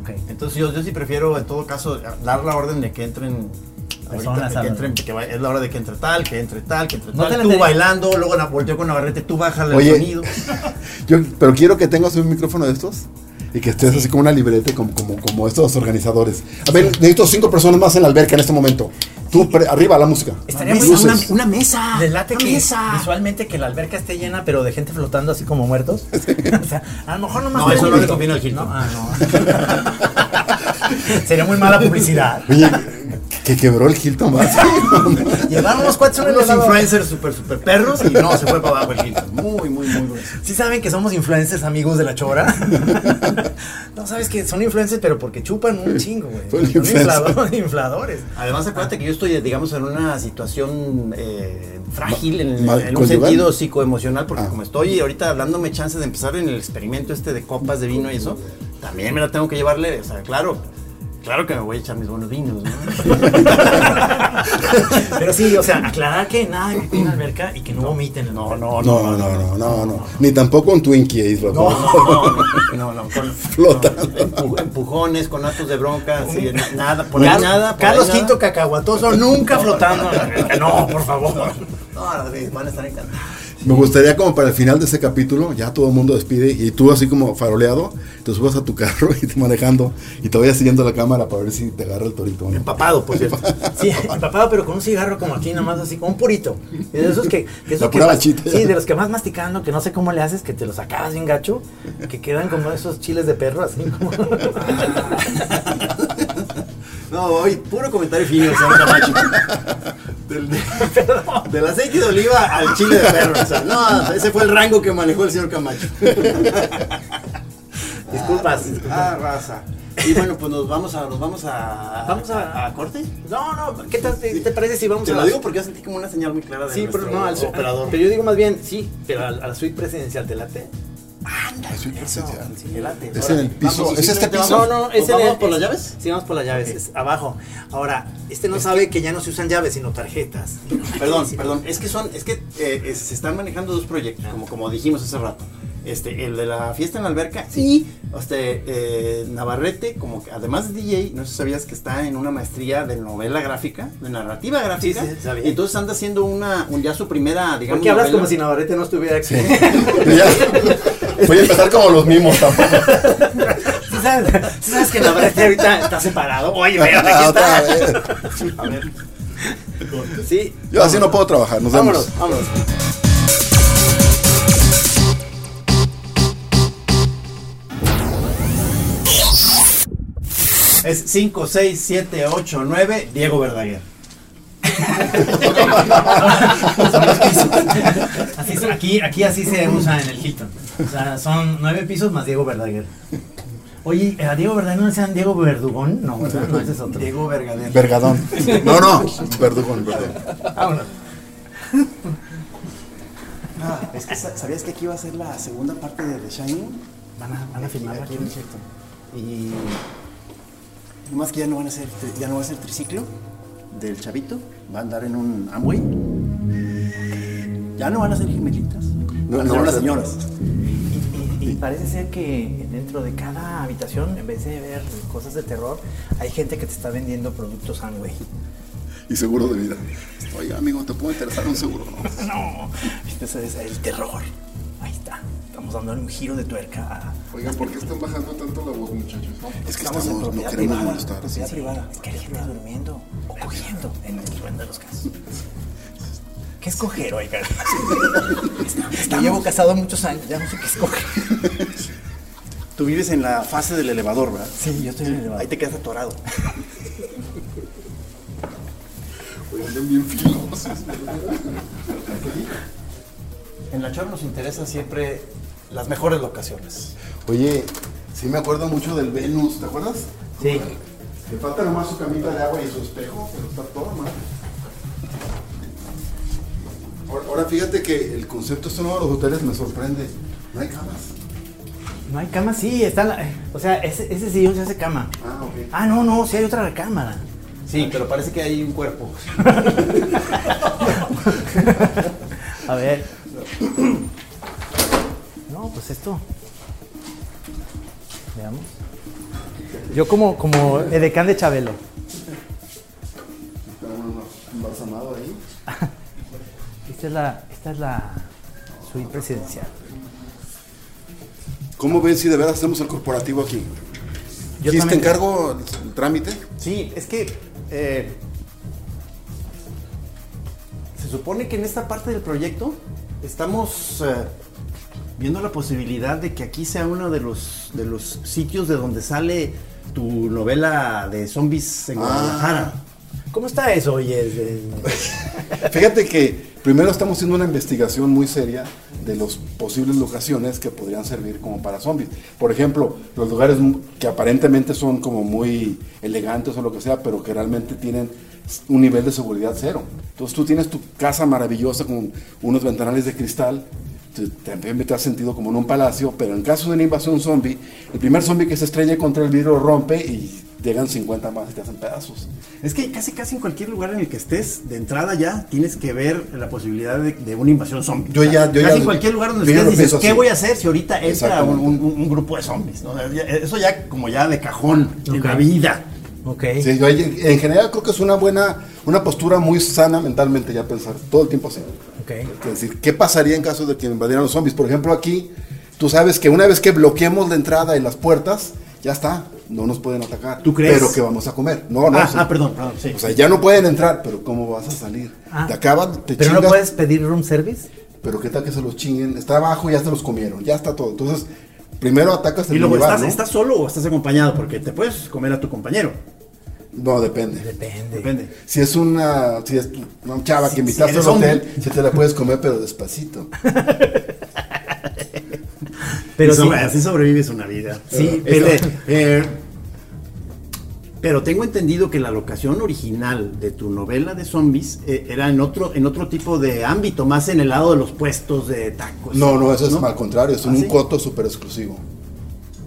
Ok. Entonces yo, yo sí prefiero en todo caso dar la orden de que entren Personas ahorita, a- que entren, que va- es la hora de que entre tal, que entre tal, que entre No te tal. la Tú entendí. bailando, luego na- volteo con Navarrete, tú bájale Oye. el sonido. Yo, pero quiero que tengas un micrófono de estos y que estés así como una libreta, como, como, como estos organizadores. A ver, necesito cinco personas más en la alberca en este momento. Tú, pre- arriba, la música. Estaría muy- Luces. una, una mesa. Les late una que mesa. visualmente que la alberca esté llena, pero de gente flotando así como muertos. o sea, a lo mejor nomás. No, eso no le Hilton. conviene al Hilton. No, ah, no. Sería muy mala publicidad. Oye, que quebró el Hilton más. Llevaron unos cuates en un Unos elevador. influencers super, super perros y no, se fue para abajo el Hilton. Muy, muy, muy grueso. Sí saben que somos influencers amigos de la chora. no sabes que son influencers, pero porque chupan un chingo, güey. Son Son influencers. inflador- infladores. Además, acuérdate que yo estoy, digamos, en una situación eh, frágil en, Ma- en un conyugal. sentido psicoemocional, porque Ah. como estoy ahorita dándome chance de empezar en el experimento este de copas de vino y eso, también me la tengo que llevarle, o sea, claro. Claro que me voy a echar mis buenos vinos, ¿no? Pero sí, o sea, aclarar que nada de pipí en la alberca y que no, vomiten. en la alberca. No, no, no, no, no, no. Ni tampoco un Twinkie ahí, Rafa. No, no, no, con Flotando. empu- empujones, con atos de bronca, sí, na- nada, por Car- ahí nada. por Carlos ahí nada. Quinto Cacahuatoso nunca flotando en la alberca. No, por favor. No, no, sí, van a estar encantados. Me gustaría como para el final de este capítulo, ya todo el mundo despide y tú así como faroleado, te subas a tu carro y te manejando y te vayas siguiendo la cámara para ver si te agarra el torito. o no. Empapado, por cierto. Sí, empapado, pero con un cigarro como aquí, nomás así, como un purito. Y de esos que. que esos La que pura vas- bachita. Sí, de los que más masticando, que no sé cómo le haces, que te los acabas bien gacho, que quedan como esos chiles de perro, así como. No, hoy puro comentario fino, señor Camacho. Del, de- del aceite de oliva al chile de perro. O sea, no, ese fue el rango que manejó el señor Camacho. Disculpas. Ah, raza. Y bueno, pues nos vamos a. Nos vamos a, Vamos a- corte. No, no, ¿qué tal? ¿Te, te parece si vamos Te a lo la- digo porque yo sentí como una señal muy clara de Sí, pero nuestro no, al operador. Pero yo digo más bien, sí, pero a, a la suite presidencial, ¿te late? Así que sí, ya. Te late. Es Ahora, en el piso, Vamos, es este simplemente No, piso. no, ¿Nos es en vamos el- por las llaves? Sí, vamos por las llaves, es abajo. Ahora, este no sabe que ya no se usan llaves, sino tarjetas. Perdón, perdón. Es que son, es que eh, es- se están manejando dos proyectos, como, como dijimos hace rato. Este, el de la fiesta en la alberca y este, eh, Navarrete, como que además de DJ, no sé si sabías que está en una maestría de novela gráfica, de narrativa gráfica. Sí, sí, sabía. Y entonces anda haciendo una, un, ya su primera, digamos. ¿Por qué hablas novela. como si Navarrete no estuviera aquí? Ya. Voy a empezar como los mismos tampoco. ¿Sí sabes, sí sabes que Navarrete ahorita está separado? Oye, espérate, aquí Ah, está. otra vez. A ver, Sí, Yo así no puedo trabajar, nos vemos. vámonos, vámonos. es 5, 6, 7, 8, 9, Diego Verdaguer. Así es, aquí, aquí así se usa en el Hilton. O sea, son nueve pisos más Diego Verdaguer. Oye, ¿a Diego Verdaguer no le decían Diego Verdugón? No, ¿verdad? No, ese es otro. Diego Verdaguer. Vergadón. No, no, verdugón, perdón. Vámonos. Ah, es que sa- ¿Sabías que aquí va a ser la segunda parte de The Shining? Van a, van a filmar aquí. en Hilton. Y nomás que ya no van a ser, tri- ya no va a ser triciclo del chavito, va a andar en un Amway. Ya no van a ser gemelitas. No, van a ser no van a unas ser- señoras. Y, y parece ser que dentro de cada habitación, en vez de ver cosas de terror, hay gente que te está vendiendo productos Amway. Y seguro de vida. Oiga, amigo, ¿te puedo interesar un seguro? No. No, este es el terror. Ahí está. Estamos dando un giro de tuerca. Oigan, ¿por qué están bajando tanto la voz, muchachos? Es que estamos, no queremos molestar. Propiedad privada. Es que hay gente durmiendo o cogiendo en el buen de los casos. ¿Qué es coger, oiga? Yo llevo casado muchos años, ya no sé qué es coger. Tú vives en la fase del elevador, ¿verdad? Sí, yo estoy en el elevador. Ahí te quedas atorado. Oigan, andan bien filosos. En la chor nos interesan siempre las mejores locaciones. Oye, sí me acuerdo mucho del Venus, ¿te acuerdas? Sí. Le falta nomás su camita de agua y su espejo, pero está todo mal. Ahora, ahora fíjate que el concepto este nuevo de los hoteles me sorprende. No hay camas. No hay cama, sí, está la. O sea, ese, ese sillón se hace cama. Ah, ok. Ah, no, no, sí hay otra recámara. Sí, pero parece que hay un cuerpo. A ver. No, pues esto. Veamos. Yo como, como edecán de Chabelo. Embalsamado ahí. Esta es la, esta es la suite presidencial. ¿Cómo ven si de veras hacemos el corporativo aquí? Yo ¿Sí te también- encargo el, el trámite? Sí, es que eh, se supone que en esta parte del proyecto estamos eh, viendo la posibilidad de que aquí sea uno de los, de los sitios de donde sale tu novela de zombies en Ah. Guadalajara. ¿Cómo está eso, oye? Fíjate que primero estamos haciendo una investigación muy seria de las posibles locaciones que podrían servir como para zombies. Por ejemplo, los lugares m- que aparentemente son como muy elegantes o lo que sea, pero que realmente tienen s- un nivel de seguridad cero. Entonces tú tienes tu casa maravillosa con unos ventanales de cristal. te- También te has sentido como en un palacio, pero en caso de una invasión zombie, el primer zombie que se estrelle contra el vidrio rompe y llegan 50 más y te hacen pedazos. Es que casi casi en cualquier lugar en el que estés, de entrada ya tienes que ver la posibilidad de, de una invasión zombie. Yo ya- yo casi ya- en cualquier lugar donde yo ya estés lo dices, pienso ¿qué así". voy a hacer si ahorita entra un, Exactamente. un- un grupo de zombies? ¿no? Ya- Eso ya como ya de cajón en Ok. la vida. Ok. Sí, yo en en general creo que es una buena, una postura muy sana mentalmente ya pensar todo el tiempo así. Ok. Es decir, ¿qué pasaría en caso de que invadieran los zombies? Por ejemplo, aquí, tú sabes que una vez que bloqueemos la entrada y las puertas, ya está, no nos pueden atacar. ¿Tú crees? Pero que vamos a comer. No, no. ah, sí. Pues ah, perdón, perdón, sí. O sea, ya no pueden entrar, pero ¿cómo vas a salir? Ah. te acaban, te Pero no chingas, puedes pedir room service. Pero qué tal que se los chinguen. Está abajo, ya se los comieron, ya está todo. Entonces, primero atacas el y luego lugar, estás, ¿no? estás solo o estás acompañado, porque te puedes comer a tu compañero. No, depende. Depende. Depende. Si es una, si es una chava que invitaste eres al hotel, hombre. si te la puedes comer, pero despacito. Pero Y sí. sobre- así sobrevives una vida. Sí, pero. pero- pero tengo entendido que la locación original de tu novela de zombies eh, era en otro, en otro tipo de ámbito, más en el lado de los puestos de tacos. No, no, eso es al contrario, es ¿Ah, un sí? coto súper exclusivo.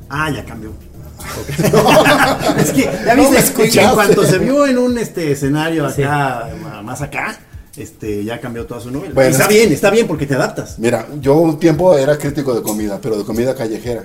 Ah, ya cambió. es que, ya No me viste, en escuchaste. cuanto se vio en un este, escenario acá, ma- más acá, este, ya cambió toda su novela. Bueno, Y está es que- bien, está bien porque te adaptas. Mira, yo un tiempo era crítico de comida, pero de comida callejera.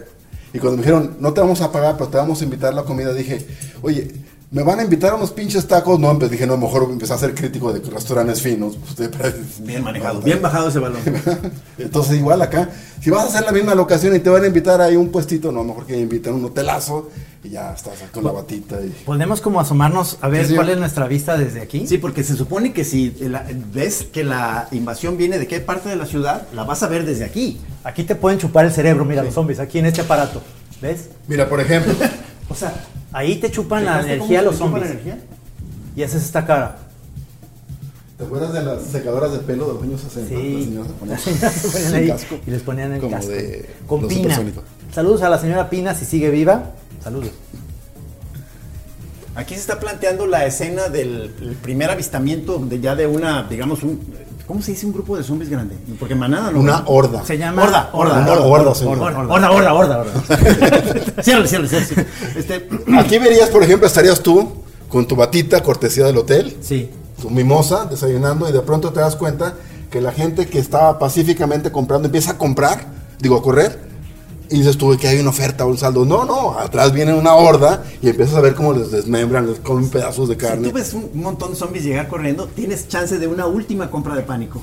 Y cuando me dijeron, no te vamos a pagar, pero te vamos a invitar la comida, dije, oye, ¿me van a invitar a unos pinches tacos? No, pues dije, no, mejor empecé a ser crítico de restaurantes finos. pues, para- Bien manejado, bien bajado ese balón. Entonces, igual acá, si vas a hacer la misma locación y te van a invitar ahí un puestito, no, mejor que invitan un hotelazo y ya estás con la batita. Y... Podemos como asomarnos a ver Sí, sí. cuál es nuestra vista desde aquí. Sí, porque se supone que si la- ves que la invasión viene de qué parte de la ciudad, la vas a ver desde aquí. Aquí te pueden chupar el cerebro, mira, los zombies, aquí en este aparato. ¿Ves? Mira, por ejemplo, O sea, ahí te chupan la ¿Notaste cómo energía se los te chupa la zombies. energía? Y haces esta cara. ¿te acuerdas de las secadoras de pelo de los años 60? Las Sí. señoras se ponían- Las señoras se ponían sin ahí casco, y les ponían el como casco. de Con los Pina. supersónicos. Saludos a la señora Pina si sigue viva. Saludos. Aquí se está planteando la escena del el primer avistamiento de ya de una, digamos, un, ¿cómo se dice un grupo de zombies grande? Porque manada no. Una horda. Se llama Horda, horda, horda, horda, señor. horda, horda, horda, horda, horda. Ciérrale, ciérrale, ciérrale. Este, Aquí verías, por ejemplo, estarías tú con tu batita, cortesía del hotel, Sí. tu mimosa, desayunando, y de pronto te das cuenta que la gente que estaba pacíficamente comprando empieza a comprar, digo, a correr. Y dices tú que hay una oferta, un saldo. No, no, atrás viene una horda y empiezas a ver cómo les desmembran, les comen pedazos de si carne. tú ves un montón de zombies llegar corriendo, tienes chance de una última compra de pánico.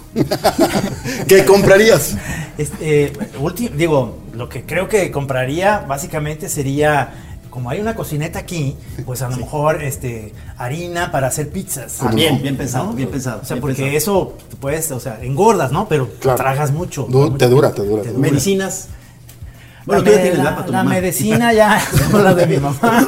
¿Qué comprarías? Este, ulti- digo, lo que creo que compraría básicamente sería, como hay una cocineta aquí, pues a lo mejor este, harina para hacer pizzas. Ah, bien, bien pensado, bien pensado. O sea, bien porque pensado. eso, puedes, o sea, engordas, ¿no? Pero Claro. tragas mucho. Du- te dura, te dura, te dura. Medicinas. Bueno, Bueno, tú ya tienes la para tu la mamá. medicina ya con la de mi mamá.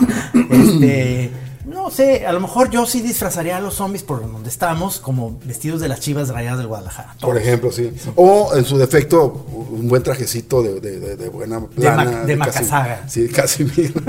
Este, no sé, a lo mejor yo sí disfrazaría a los zombies por donde estamos como vestidos de las chivas rayadas del Guadalajara. Por ejemplo, sí. O en su defecto, un buen trajecito de, de- de- de buena plana. ma- de macazaga. Ah. Casi, sí, casi mismo.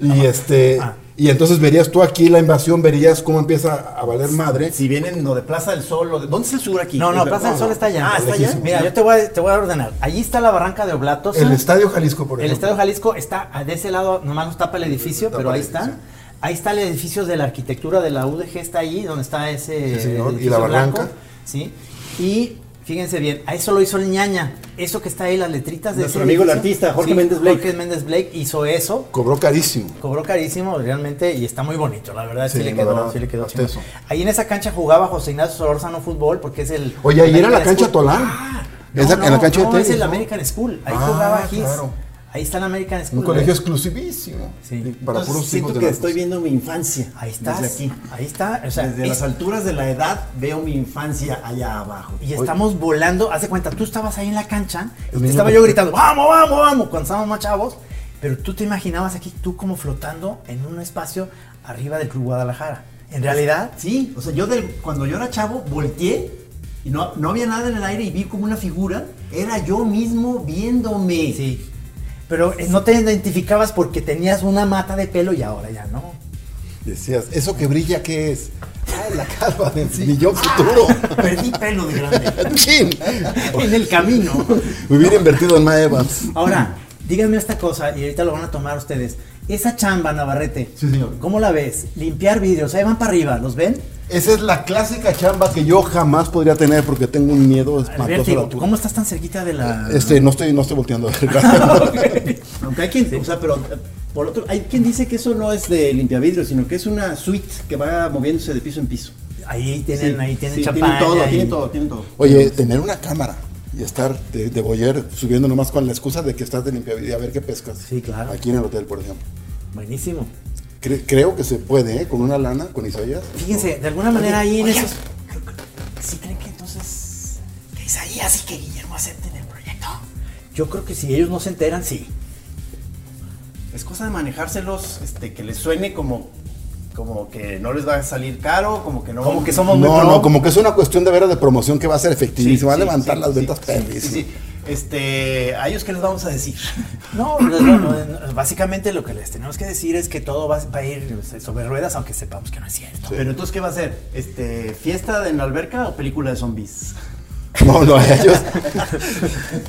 y este. Y entonces verías tú aquí la invasión, verías cómo empieza a valer madre. Si vienen lo de Plaza del Sol, lo de- ¿dónde es el sur aquí? No, no, Es Plaza del Sol está allá. Ah, está allá. lejísimo. Mira, yo te voy, a, te voy a ordenar. Allí está la barranca de Oblatos. El Estadio Jalisco, por El ejemplo. Estadio Jalisco está a- de ese lado, nomás nos tapa el edificio, Tapa pero el ahí está. edificio. Ahí está el edificio de la arquitectura de la UDG, está ahí, donde está ese Sí, señor. edificio Y la barranca. ¿sí? Y Fíjense bien, a eso lo hizo el ñaña. Eso que está ahí, las letritas de Nuestro ese amigo el edificio. artista, Jorge Méndez Blake. Jorge Méndez Blake hizo eso. Cobró carísimo. Cobró carísimo realmente y está muy bonito, la verdad. Sí, Sí, le la quedó, verdad, sí le quedó hasta chingón. eso. Ahí en esa cancha jugaba José Ignacio Solórzano fútbol porque es el. Oye, ahí era la American cancha School. Tolán. Ah, Es la- no, en la cancha de no, tenis, es el ¿no? American School. Ahí Ah, jugaba Gis. claro. Ahí está el American School. Un colegio ¿eh? exclusivísimo. Sí. Y Para Entonces, puros hijos siento de que locos. estoy viendo mi infancia. Ahí estás. Desde aquí. Ahí está. O sea, Desde es- las alturas de la edad veo mi infancia allá abajo. Y estamos volando, haz de cuenta, tú estabas ahí en la cancha y El te niño estaba yo perfecto. gritando, vamos, vamos, vamos, cuando estábamos más chavos, pero tú te imaginabas aquí tú como flotando en un espacio arriba del Club Guadalajara. En realidad, Sí, o sea, yo del- cuando yo era chavo volteé y no, no había nada en el aire y vi como una figura. Era yo mismo viéndome. sí, pero eh, no te identificabas porque tenías una mata de pelo y ahora ya no. Decías, ¿eso que brilla qué es? Ah, la calva de mi yo Ah, futuro. Perdí pelo de grande. ¡Chin! en el camino. Me hubiera invertido en Mae Evans. Ahora, díganme esta cosa y ahorita lo van a tomar ustedes. Esa chamba, Navarrete, Sí, señor. ¿cómo la ves? Limpiar vidrios, ahí van para arriba, ¿los ven? Esa es la clásica chamba que yo jamás podría tener porque tengo un miedo espantoso a la Vértigo, altura. ¿cómo estás tan cerquita de la... Este, no estoy, no estoy volteando a ver. gracias. Aunque hay quien, o sea, pero eh, por otro, hay quien dice que eso no es de limpiavidrio, sino que es una suite que va moviéndose de piso en piso. Ahí tienen, Sí, ahí tienen sí, champaña. todo, y- tienen todo, tienen todo. Oye, tener una cámara y estar de, de boyer subiendo nomás con la excusa de que estás de limpieza y a ver qué pescas. Sí, claro. Aquí en el hotel, por ejemplo. Buenísimo. Cre- creo que se puede, ¿eh? Con una lana, con Isaías. Fíjense, de alguna manera ahí en oigan. esos. ¿Sí creen que entonces que Isaías y que Guillermo acepten el proyecto? Yo creo que si ellos no se enteran, sí. Es cosa de manejárselos, este, que les suene como, como que no les va a salir caro, como que no. Como que No, somos muy pro. no, como que es una cuestión de veras de promoción que va a ser efectiva y se va a sí, levantar sí, las sí, ventas sí, perris. sí, sí. Este, a ellos que les vamos a decir. No, pues, bueno, básicamente lo que les tenemos que decir es que todo va va a ir o sea, sobre ruedas, aunque sepamos que no es cierto. Pero entonces, ¿qué va a ser? Este, ¿Fiesta en la alberca o película de zombies? No, no, ellos.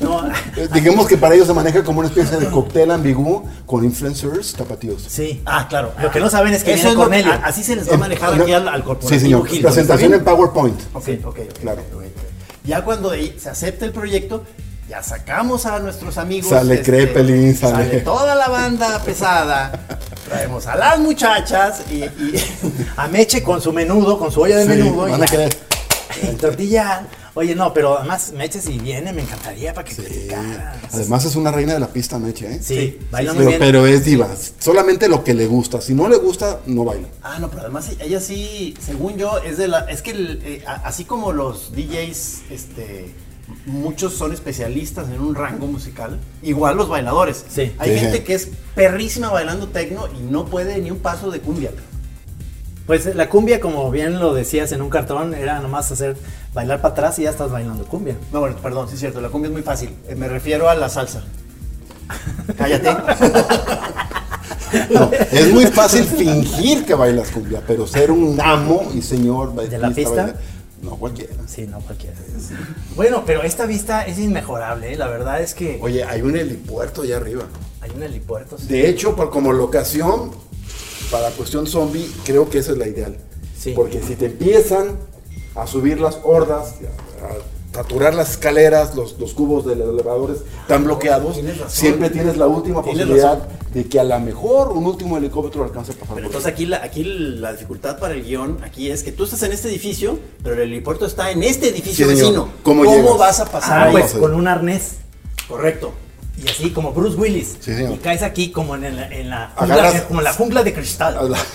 No, eh, Digamos que para ellos se maneja como una especie de cóctel ambiguo con influencers tapatíos. sí. Ah, claro. Lo que no saben es que Eso viene es lo- Cornelio. a- así se les va a manejar Eh, aquí al, al Sí, corporativo señor. Gil, Presentación ¿está en bien? PowerPoint. Ok, ok, ok, Claro. ok, ok. Ya cuando ahí se acepta el proyecto, ya sacamos a nuestros amigos. Sale este, Crepelin, sale- toda la banda pesada. Traemos a las muchachas y, y- A Meche con su menudo, con su olla de Sí, menudo. y- van a querer. y tortilla. Oye, no, pero además Meche si viene, me encantaría para que platicara. Además es una reina de la pista, Meche, ¿eh? Sí, baila muy Pero, bien. pero es diva. Solamente lo que le gusta. Si no le gusta, no baila. Ah, no, pero además ella sí, según yo, es de la. Es que el, eh, a- así como los DJs, este. Muchos son especialistas en un rango musical, igual los bailadores. Sí. Hay Sí. gente que es perrísima bailando tecno y no puede ni un paso de cumbia. Pues la cumbia, como bien lo decías en un cartón, era nomás hacer bailar para atrás y ya estás bailando cumbia. No, bueno, perdón, sí es cierto, la cumbia es muy fácil. Eh, Me refiero a la salsa. Cállate. No, es muy fácil fingir que bailas cumbia, pero ser un amo y señor ¿De la pista? baila- no cualquiera. Sí, no cualquiera. Bueno, pero esta vista es inmejorable, ¿eh? la verdad es que Oye, hay un helipuerto allá arriba. hay un helipuerto. sí. De hecho, por, como locación, para cuestión zombie, creo que esa es la ideal. Sí. Porque si te empiezan a subir las hordas, a, a saturar las escaleras, los, los cubos de los elevadores tan bloqueados, tienes razón. siempre tienes la última Tienes posibilidad de que a lo mejor un último helicóptero alcance a pasar. Pero por entonces aquí la, aquí la dificultad para el guión aquí es que tú estás en este edificio, pero el helipuerto está en este edificio Sí, señor. vecino. ¿Cómo llegas? vas a Ah, pasar? Ahí pues sí. con un arnés Correcto. y así como Bruce Willis. Sí, señor. Y caes aquí como en, la- en la jungla, eh, Agarras- como en la jungla de cristal. ahí. Hazla-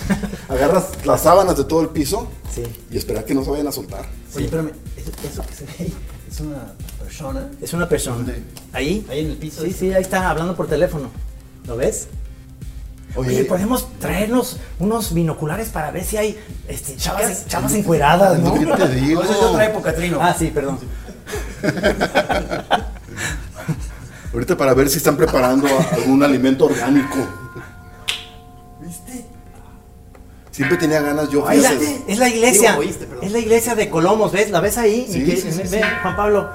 Agarras las sábanas de todo el piso Sí. y esperar que no se vayan a soltar. Oye, espérame, eso, eso que se ve ahí es una persona. Es una persona. Ahí. Ahí en el piso. Sí, sí, ahí está hablando por teléfono. ¿Lo ves? Oye, pues. podemos traernos unos binoculares para ver si hay este, chavas, chavas encueradas, ¿no? Pues ¿Qué te digo? No, eso es de otra época, Trino. Ah, sí, perdón. Ahorita para ver si están preparando a- algún alimento orgánico. ¿Viste? Siempre tenía ganas yo. Ahí la- fíjate. es la iglesia. Digo, oíste, perdón. es la iglesia de Colomos, ¿ves? ¿La ves ahí? Sí, Y que- sí, sí, ve, sí. Juan Pablo.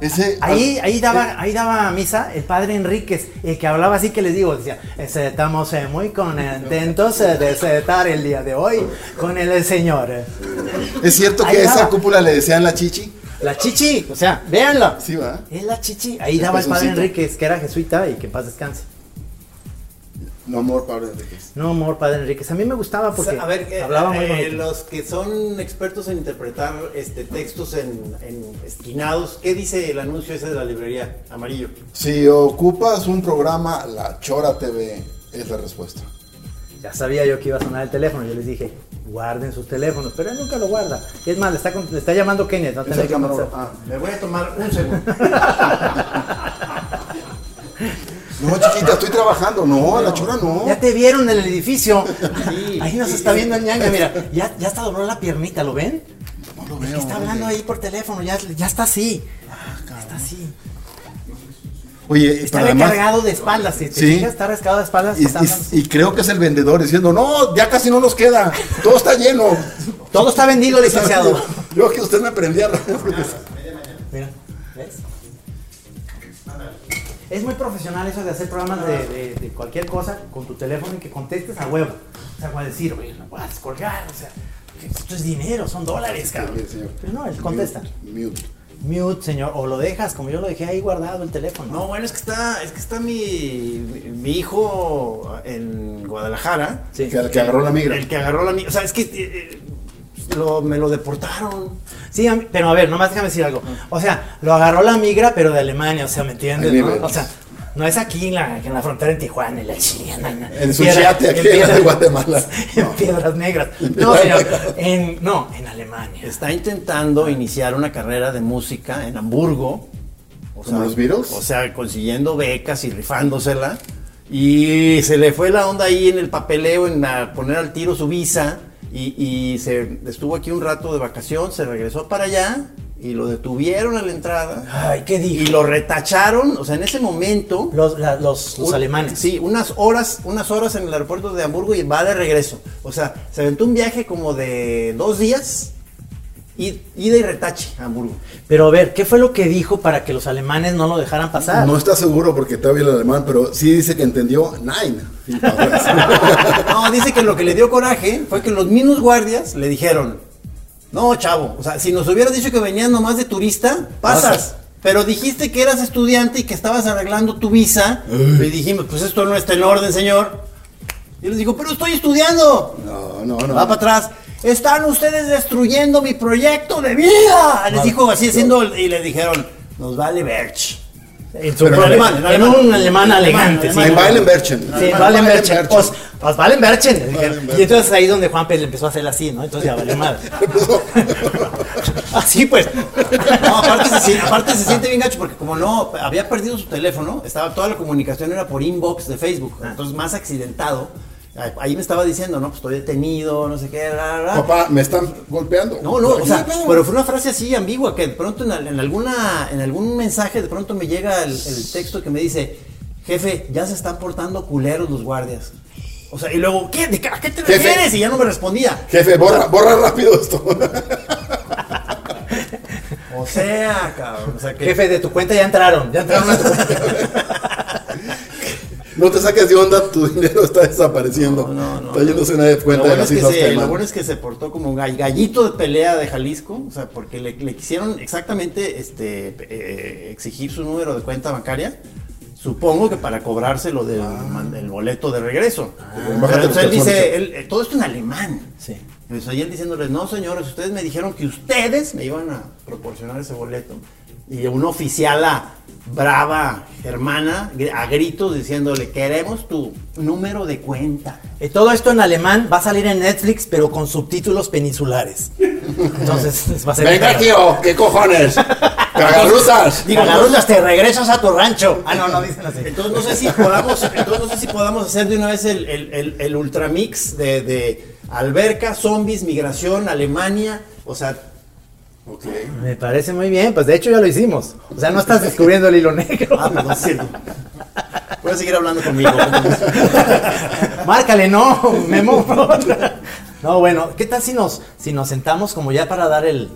Ese- Ahí, al- ahí, daba, ahí daba misa el padre Enríquez, el que hablaba así que les digo, decía, "Este, estamos eh, muy contentos eh, de estar el día de hoy con el Señor. eh". ¿Es cierto que Ahí a esa daba. cúpula le decían la chichi? La chichi, o sea, véanla. Sí, va. Es la chichi. Ahí daba el padre pezoncito. Enríquez, que era jesuita y que en paz descanse. No amor, Pablo Enríquez. No, amor, padre Enríquez. A mí me gustaba porque a ver, eh, hablaba muy eh, bonito. los que son expertos en interpretar este, textos en, en esquinados, ¿qué dice el anuncio ese de la librería? Amarillo. Si ocupas un programa, la Chora TV es la respuesta. Ya sabía yo que iba a sonar el teléfono. Yo les dije, guarden sus teléfonos. Pero él nunca lo guarda. Es más, le está, con- le está llamando Kenneth. No Esa tener que cámara- contestar. ah. Me voy a tomar un segundo. No, chiquita, estoy trabajando. No, la Chora no. Ya te vieron en el edificio. Sí. ahí nos está viendo el ñaña, mira. Ya, ya hasta dobló la piernita, ¿lo ven? No lo Es que veo. está hablando ahí por teléfono, ya, ya está así. Ah, está así. Oye, Está pero además- recargado de espaldas, si te Sí. fijas, está recargado de espaldas. Y, está hablando. y- y creo que es el vendedor diciendo, no, ya casi no nos queda, todo está lleno. Todo está vendido, licenciado. Yo que usted me aprendí a refrescar. Ah. Mira, ¿ves? Es muy profesional eso de hacer programas de, de- de cualquier cosa con tu teléfono y que contestes a huevo. O sea, como decir, oye, no puedes colgar, o sea, que esto es dinero, son dólares, cabrón. Sí, Pues, eh, señor. Pero no, él contesta. Mute, mute. Mute, señor, o lo dejas, como yo lo dejé ahí guardado el teléfono. No, bueno, es que está, es que está mi, mi hijo en Guadalajara. Sí. Que, que agarró la migra. El que agarró la mía. O sea, es que eh, eh, lo- me lo deportaron. Sí, a mí- pero a ver, nomás déjame decir algo. O sea, lo agarró la migra, pero de Alemania, o sea, ¿me entiendes? Ahí no? vive. O sea, no es aquí en la, en la frontera en Tijuana, en la China, en, En Suchiate, aquí en la de Guatemala. En No. Piedras Negras. No, señor, en, no, en Alemania. Está intentando iniciar una carrera de música en Hamburgo. O ¿Como los Beatles? O sea, consiguiendo becas y rifándosela. Y se le fue la onda ahí en el papeleo, en la- poner al tiro su visa. Y, y se estuvo aquí un rato de vacación, se regresó para allá y lo detuvieron a la entrada. Ay, ¿qué Y dijo? lo retacharon, o sea, en ese momento. Los, la- los, los Un- alemanes. Sí, unas horas, unas horas en el aeropuerto de Hamburgo y va de regreso. O sea, se aventó un viaje como de dos días, y- ida y retache a Hamburgo. Pero a ver, ¿qué fue lo que dijo para que los alemanes no lo dejaran pasar? No está seguro porque todavía el alemán, pero sí dice que entendió nine. Y para atrás. No, dice que lo que le dio coraje fue que los mismos guardias le dijeron, no, chavo, o sea, si nos hubieras dicho que venías nomás de turista, pasas. Pasas. Pero dijiste que eras estudiante y que estabas arreglando tu visa. Y dijimos, pues esto no está en orden, señor. Y les dijo, pero estoy estudiando. no, no, no. Va para atrás. Están ustedes destruyendo mi proyecto de vida. Les dijo así haciendo y le dijeron, nos vale Berch. En su Pero en problema, alemán, en en alemán. un alemán elegante. En sí. En Weilenberchen. Sí, Pues, En Wallenberchen. Weilenberchen. Os, os Wallenberchen. le dijeron. Wallenberchen. Y entonces ahí donde Juan Pérez le empezó a hacer así, ¿no? Entonces ya valió madre. así pues. No, aparte se, sien- aparte se siente bien gacho porque como no había perdido su teléfono, estaba toda la comunicación era por inbox de Facebook, Ah. entonces más accidentado. Ahí- Ahí me estaba diciendo, no, pues estoy detenido, no sé qué, la, la, la. Papá, me están golpeando. No, no, o sea, Tranquilo. pero fue una frase así ambigua que de pronto en, al- en alguna en algún mensaje de pronto me llega el, el texto que me dice, "Jefe, ya se están portando culeros los guardias." O sea, y luego, ¿qué? ¿De qué- ¿A qué te Jefe. refieres? Y ya no me respondía. Jefe, borra, borra rápido esto. O sea, cabrón, o sea que Jefe, de tu cuenta ya entraron. Ya entraron a tu No te saques de onda, tu dinero está desapareciendo. No, no, está yéndose nadie de cuenta lo bueno, de es las que islas se, lo Caimán. bueno es que se portó como un gall- gallito de pelea de Jalisco, o sea, porque le, le quisieron exactamente este, eh, exigir su número de cuenta bancaria, supongo que para cobrarse lo del Ah. man- el boleto de regreso. Pero Bájate entonces él los calzones. dice, él- eh, todo esto en alemán. Sí. Pues ahí él diciéndoles, no señores, ustedes me dijeron que ustedes me iban a proporcionar ese boleto. Y un oficial a brava germana, gr- a gritos, diciéndole, queremos tu número de cuenta. Y todo esto en alemán va a salir en Netflix, pero con subtítulos peninsulares. Entonces va a ser. Venga, tío, ¿qué cojones? Cagarruzas. Digo, Garrulas, te regresas a tu rancho. Ah, no, no dicen así. Entonces no sé si podamos, entonces no sé si podamos hacer de una vez el, el- el- el ultramix de, de alberca, zombies, migración, Alemania, o sea, Ok. Me parece muy bien, pues de hecho ya lo hicimos. O sea, no estás descubriendo el hilo negro. ah, perdón, sí. Puedes seguir hablando conmigo. Márcale, no, Memo. No, bueno, ¿qué tal si nos, si nos sentamos como ya para dar el,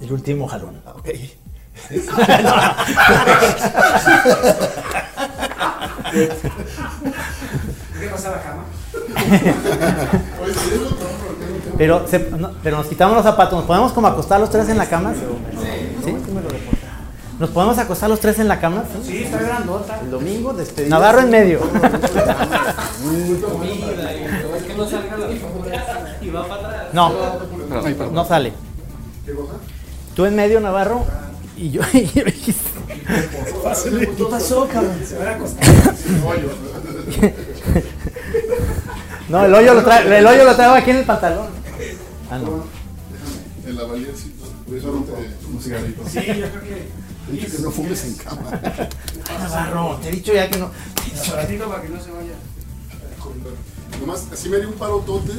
el último jalón? Ok. ¿Qué pasa la cama? Pero, se- no, pero nos quitamos los zapatos, ¿nos podemos como acostar los tres en la cama? Sí. ¿Sí? ¿Nos podemos acostar los tres en la cama? Sí, está grandota. El domingo despedimos. Navarro en medio. No, no sale. Tú en medio, Navarro, y yo. y yo- ¿Qué pasó, cabrón? no, el hoyo lo trae, el hoyo lo traigo aquí en el pantalón. Ah, no. En la valiencito. Por eso no te- un cigarrito. Sí, yo creo que. Dicho que no fumes en cama. Navarro, te he dicho ya que no. para que no se vaya. Nomás, así me dio un parotote.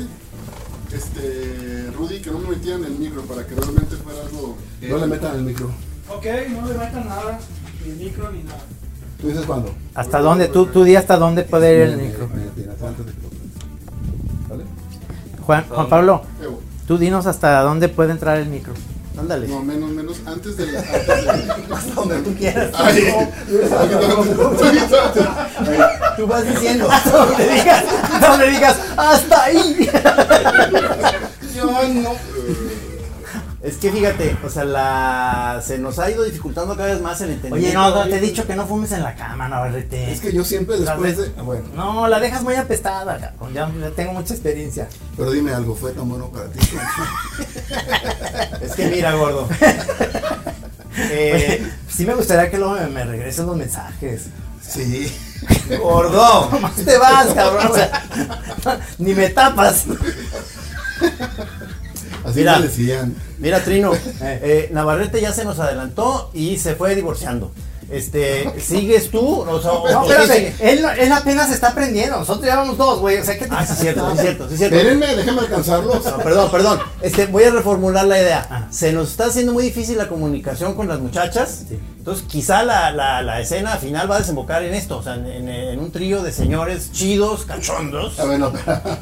Este. Rudy, que no me metieran el micro para que realmente fuera algo. No le metan el micro. Ok, no le metan nada, ni micro ni nada. ¿Tú dices cuándo? ¿Hasta dónde? Tú, tú di hasta dónde puede ir el micro. Me- me- me- me- antes de que lo prendas. ¿Vale? Juan, Juan Pablo, Evo. tú dinos hasta dónde puede entrar el micro. Ándale. No, menos, menos. Antes de. Antes de donde tú quieras. Ay, Tú vas diciendo. Donde digas, donde digas, hasta ahí. yo no. Es que fíjate, o sea, la... se nos ha ido dificultando cada vez más el Oye, entendimiento. no, no, te he dicho que no fumes en la cama, Navarrete. Es que yo siempre Las después de. veces- ah, Bueno, No, la dejas muy apestada, cabrón. Ya, ya tengo mucha experiencia. pero dime algo, ¿fue tan bueno para ti? Es que mira, gordo. Eh, Oye, sí me gustaría que luego me, me regreses los mensajes. Sí. gordo. Más te vas, cabrón. O sea, ni me tapas. Así Mira. me decían. Mira, Trino, eh, Navarrete ya se nos adelantó y se fue divorciando. Este, ¿sigues tú? O sea, No, o- espérate. sigue- Él, no- él apenas está aprendiendo. Nosotros ya vamos dos, güey. O sea, ¿qué te Ah, sí, es cierto, sí, es cierto, sí, es cierto. Espérenme, déjenme alcanzarlos. No, perdón, perdón. Este, voy a reformular la idea. Se nos está haciendo muy difícil la comunicación con las muchachas. Entonces, quizá la, la- la escena final va a desembocar en esto, o sea, en, en- en un trío de señores chidos, cachondos. A ver, no.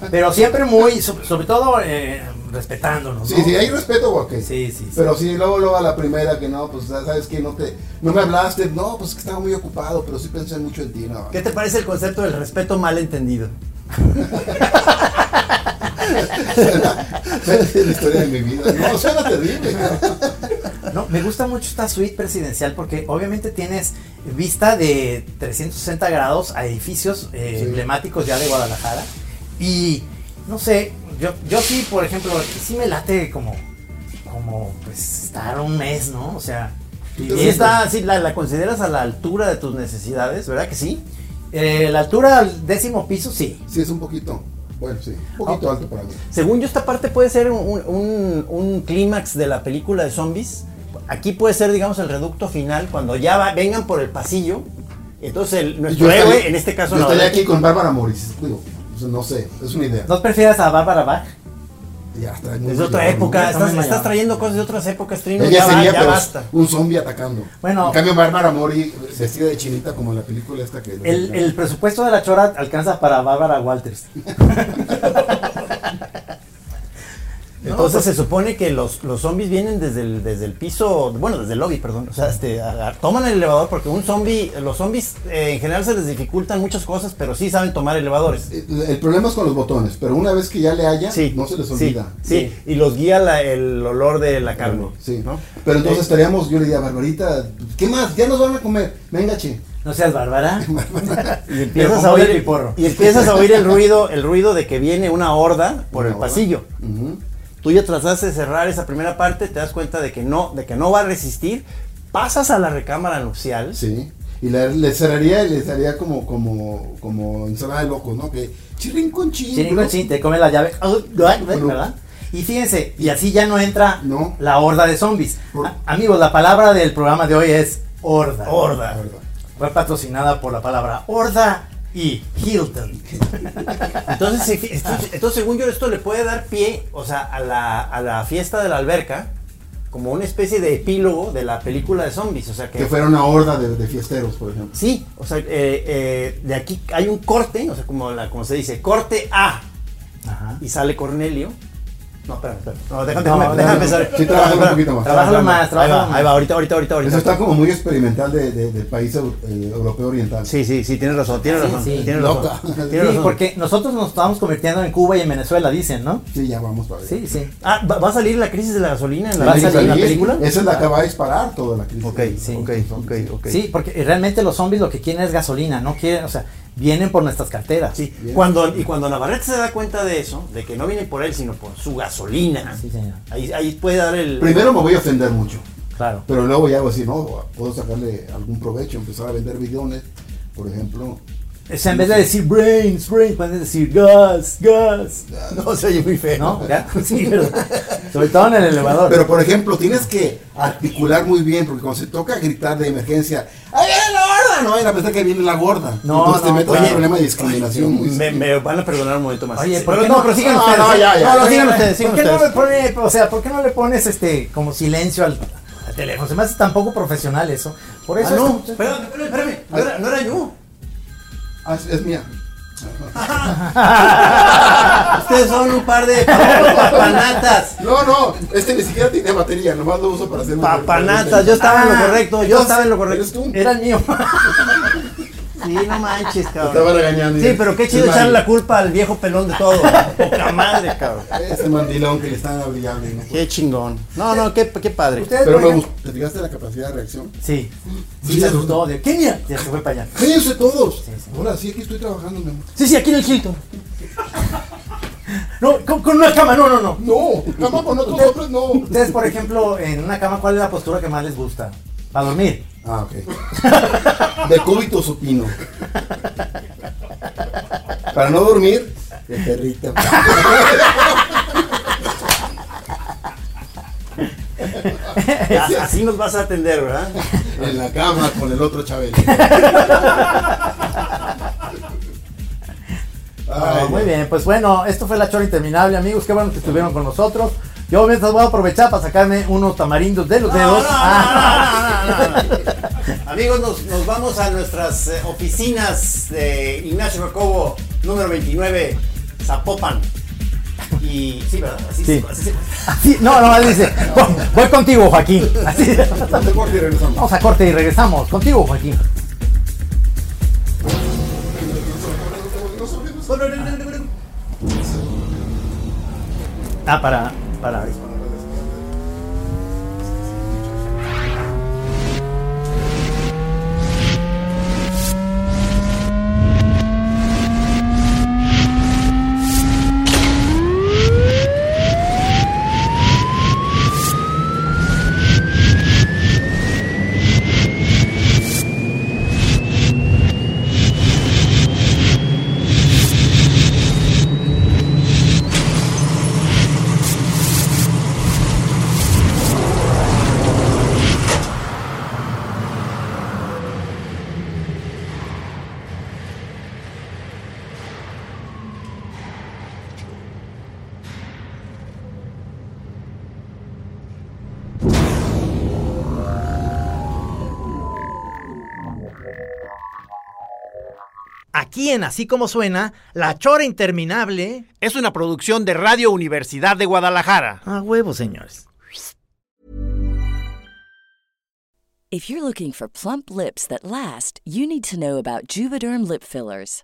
Pero siempre muy, so- sobre todo eh, respetándonos. Sí, ¿no? sí, hay respeto, ok. Sí, sí, sí. Pero sí, luego, luego a la primera que no, pues sabes que no te. No me hablaste, no, pues que estaba muy ocupado, pero sí pensé mucho en ti, no. ¿Qué te parece el concepto del respeto mal entendido? Es la historia de mi vida. No, suena terrible. No, me gusta mucho esta suite presidencial porque obviamente tienes vista de 360 grados a edificios eh, Sí. emblemáticos ya de Guadalajara. Y no sé, yo, yo sí, por ejemplo, sí me late como, como pues estar un mes, ¿no? O sea, Y viviendo. esta, sí, la, la consideras a la altura de tus necesidades, ¿verdad que sí? Eh, la altura al décimo piso, sí. Sí, es un poquito. Bueno, sí, un poquito alto para mí. Según yo, esta parte puede ser un, un- un clímax de la película de zombies. Aquí puede ser, digamos, el reducto final, cuando ya va- vengan por el pasillo. Entonces, el- nuestro Yo héroe, estaría- en este caso, Yo no. estaría aquí con Bárbara Moris. Digo, pues, no sé, es una idea. ¿No prefieres a Bárbara Bach? Ya está. muy Es de otra mayor, época. Pues, ¿no? está muy Estás, mayor. estás trayendo cosas de otras épocas, Trino. Ella Ya, va- sería ya pero, basta. un zombie atacando. Bueno. en cambio, Bárbara Mori vestida de chinita como en la película esta que. El, el presupuesto de la chora alcanza para Bárbara Walters. Entonces, se supone que los, los zombies vienen desde el, desde el piso, bueno, desde el lobby, perdón. O sea, este, a- a- toman el elevador porque un zombie, los zombies eh, en general se les dificultan muchas cosas, pero sí saben tomar elevadores. El- Eh, el problema es con los botones, pero una vez que ya le haya, Sí. no se les sí, olvida. Sí, y los guía la- el olor de la carne. Sí. ¿no? Pero entonces estaríamos, yo le diría, Barbarita, ¿qué más? Ya nos van a comer. Venga, che. No seas Bárbara. Y empiezas Pero a con oír el piporro. y empiezas a oír el ruido, el ruido de que viene una horda por el Una horda. pasillo. Tú ya tratas de cerrar esa primera parte, te das cuenta de que no, de que no va a resistir. Pasas a la recámara nupcial. Sí. Y la- le cerraría y le estaría como, como, como ensalada de locos, ¿no? Que chirrin con chin. Chiringo ¿no? chin, te come la llave. Oh, ¿Verdad? Y fíjense, y así ya no entra No. la horda de zombies. Por- A- amigos, la palabra del programa de hoy es horda. Horda. La verdad. Fue patrocinada por la palabra horda y Hilton. Entonces, si fi- entonces, entonces, según yo, esto le puede dar pie, o sea, a la, a la fiesta de la alberca, como una especie de epílogo de la película de zombies. O sea, que, Que fuera una horda de, de fiesteros, por ejemplo. Sí, o sea, eh, eh, de aquí hay un corte, o sea, como, la, como se dice, corte A. Ajá. Y sale Cornelio No, espera, espera. No, déjame, déjame, No, déjame no, pensar. sí, trabájalo un Espera, poquito más. Trabájalo más, Ahí va, trabájalo más. ahí va, ahorita, ahorita, ahorita, Eso está como muy experimental de, de- del país eu- eh, europeo oriental. Sí, sí, sí, tienes razón, tienes Sí, razón. sí. Tienes Loca. razón. Tienes Sí, razón. porque nosotros nos estamos convirtiendo en Cuba y en Venezuela, dicen, ¿no? Sí, ya vamos para allá. Sí, sí. Ah, ¿va, va a salir la crisis de la gasolina en la, ¿Va a Hay que en la salir la salir. película? Esa es la que va a disparar toda la crisis. Ok, Sí. ok, ok, ok. Sí, porque realmente los zombies lo que quieren es gasolina, no quieren, o sea, vienen por nuestras carteras. Sí, cuando, y cuando Navarrete se da cuenta de eso, de que no viene por él, sino por su gasolina, Sí, señor. ahí, ahí puede dar el... Primero me voy a ofender mucho, Claro. pero luego ya voy a decir, no, puedo sacarle algún provecho, empezar a vender bidones, por ejemplo. O sea, en vez de decir brains, brains, pueden decir gas, gas. No se oye muy feo. ¿No? ¿Ya? Sí, ¿verdad? Sobre todo en el elevador. Pero por ejemplo, tienes que articular muy bien, porque cuando se toca gritar de emergencia, ¡ahí viene la gorda! No vayan a pensar que viene la gorda. No, Entonces te no, metes en un claro. problema de discriminación. muy Me, me van a perdonar un momento más. Oye, Sí, ¿por pero qué no, no? pero sigan No, ustedes. no, ya, ya. No, no, sigan Oye, ustedes, sigan ¿Por qué no ustedes. le pones, o sea, por qué no le pones este, como silencio al, al teléfono? Se me hace tan poco profesional eso. Por eso. Ah, no, este- espérame, espérame, espérame, no era, no era yo. Ah, es, es mía. Ustedes son un par de papanatas. No, no, este ni siquiera tiene batería, nomás lo uso para hacer. Papanatas, yo estaba en Ah, lo correcto, yo entonces, estaba en lo ¿eres correcto. tú? Era el mío. Sí, no manches, Estaba cabrón. regañando. Sí, pero qué chido Ese echarle man- la culpa al viejo pelón de todo. Poca madre, cabrón. Ese mandilón que le están abrigando. ¿no? Qué chingón. No, no, qué, qué padre. Ustedes, Pero por me ejemplo- gustó. ¿Te fijaste la capacidad de reacción? Sí. Sí, se asustó. De, ¿Qué mierda? Ya se fue para allá. ¡Cállense todos! Ahora sí, aquí estoy trabajando, mi amor. Sí, sí, aquí en el Hilton. No, con, con una cama, no, no, no. No, cama con otros hombres, no. Ustedes, por ejemplo, en una cama, ¿cuál es la postura que más les gusta? Para dormir. Ah, ok. De cúbito supino. Para no dormir, de perrito. Así nos vas a atender, ¿verdad? En la cama con el otro Chabelo. Ah, muy bien, pues bueno, esto fue la chora interminable, amigos. Qué bueno que estuvieron con nosotros. Yo mientras voy a aprovechar para sacarme unos tamarindos de los No, dedos. no, no, no, no, no, no. Amigos, nos, nos vamos a nuestras eh, oficinas de Ignacio Jacobo, número 29, Zapopan. Y sí, ¿verdad? Así, Sí. así se- Así, no, no, él dice, voy, voy contigo, Joaquín. Así. Te corte y regresamos. Vamos a corte y regresamos. Contigo, Joaquín. Ah, para, para. Aquí en Así Como Suena, La Chora Interminable. Es una producción de Radio Universidad de Guadalajara. A huevo, señores. If you're looking for plump lips that last, you need to know about Juvederm lip fillers.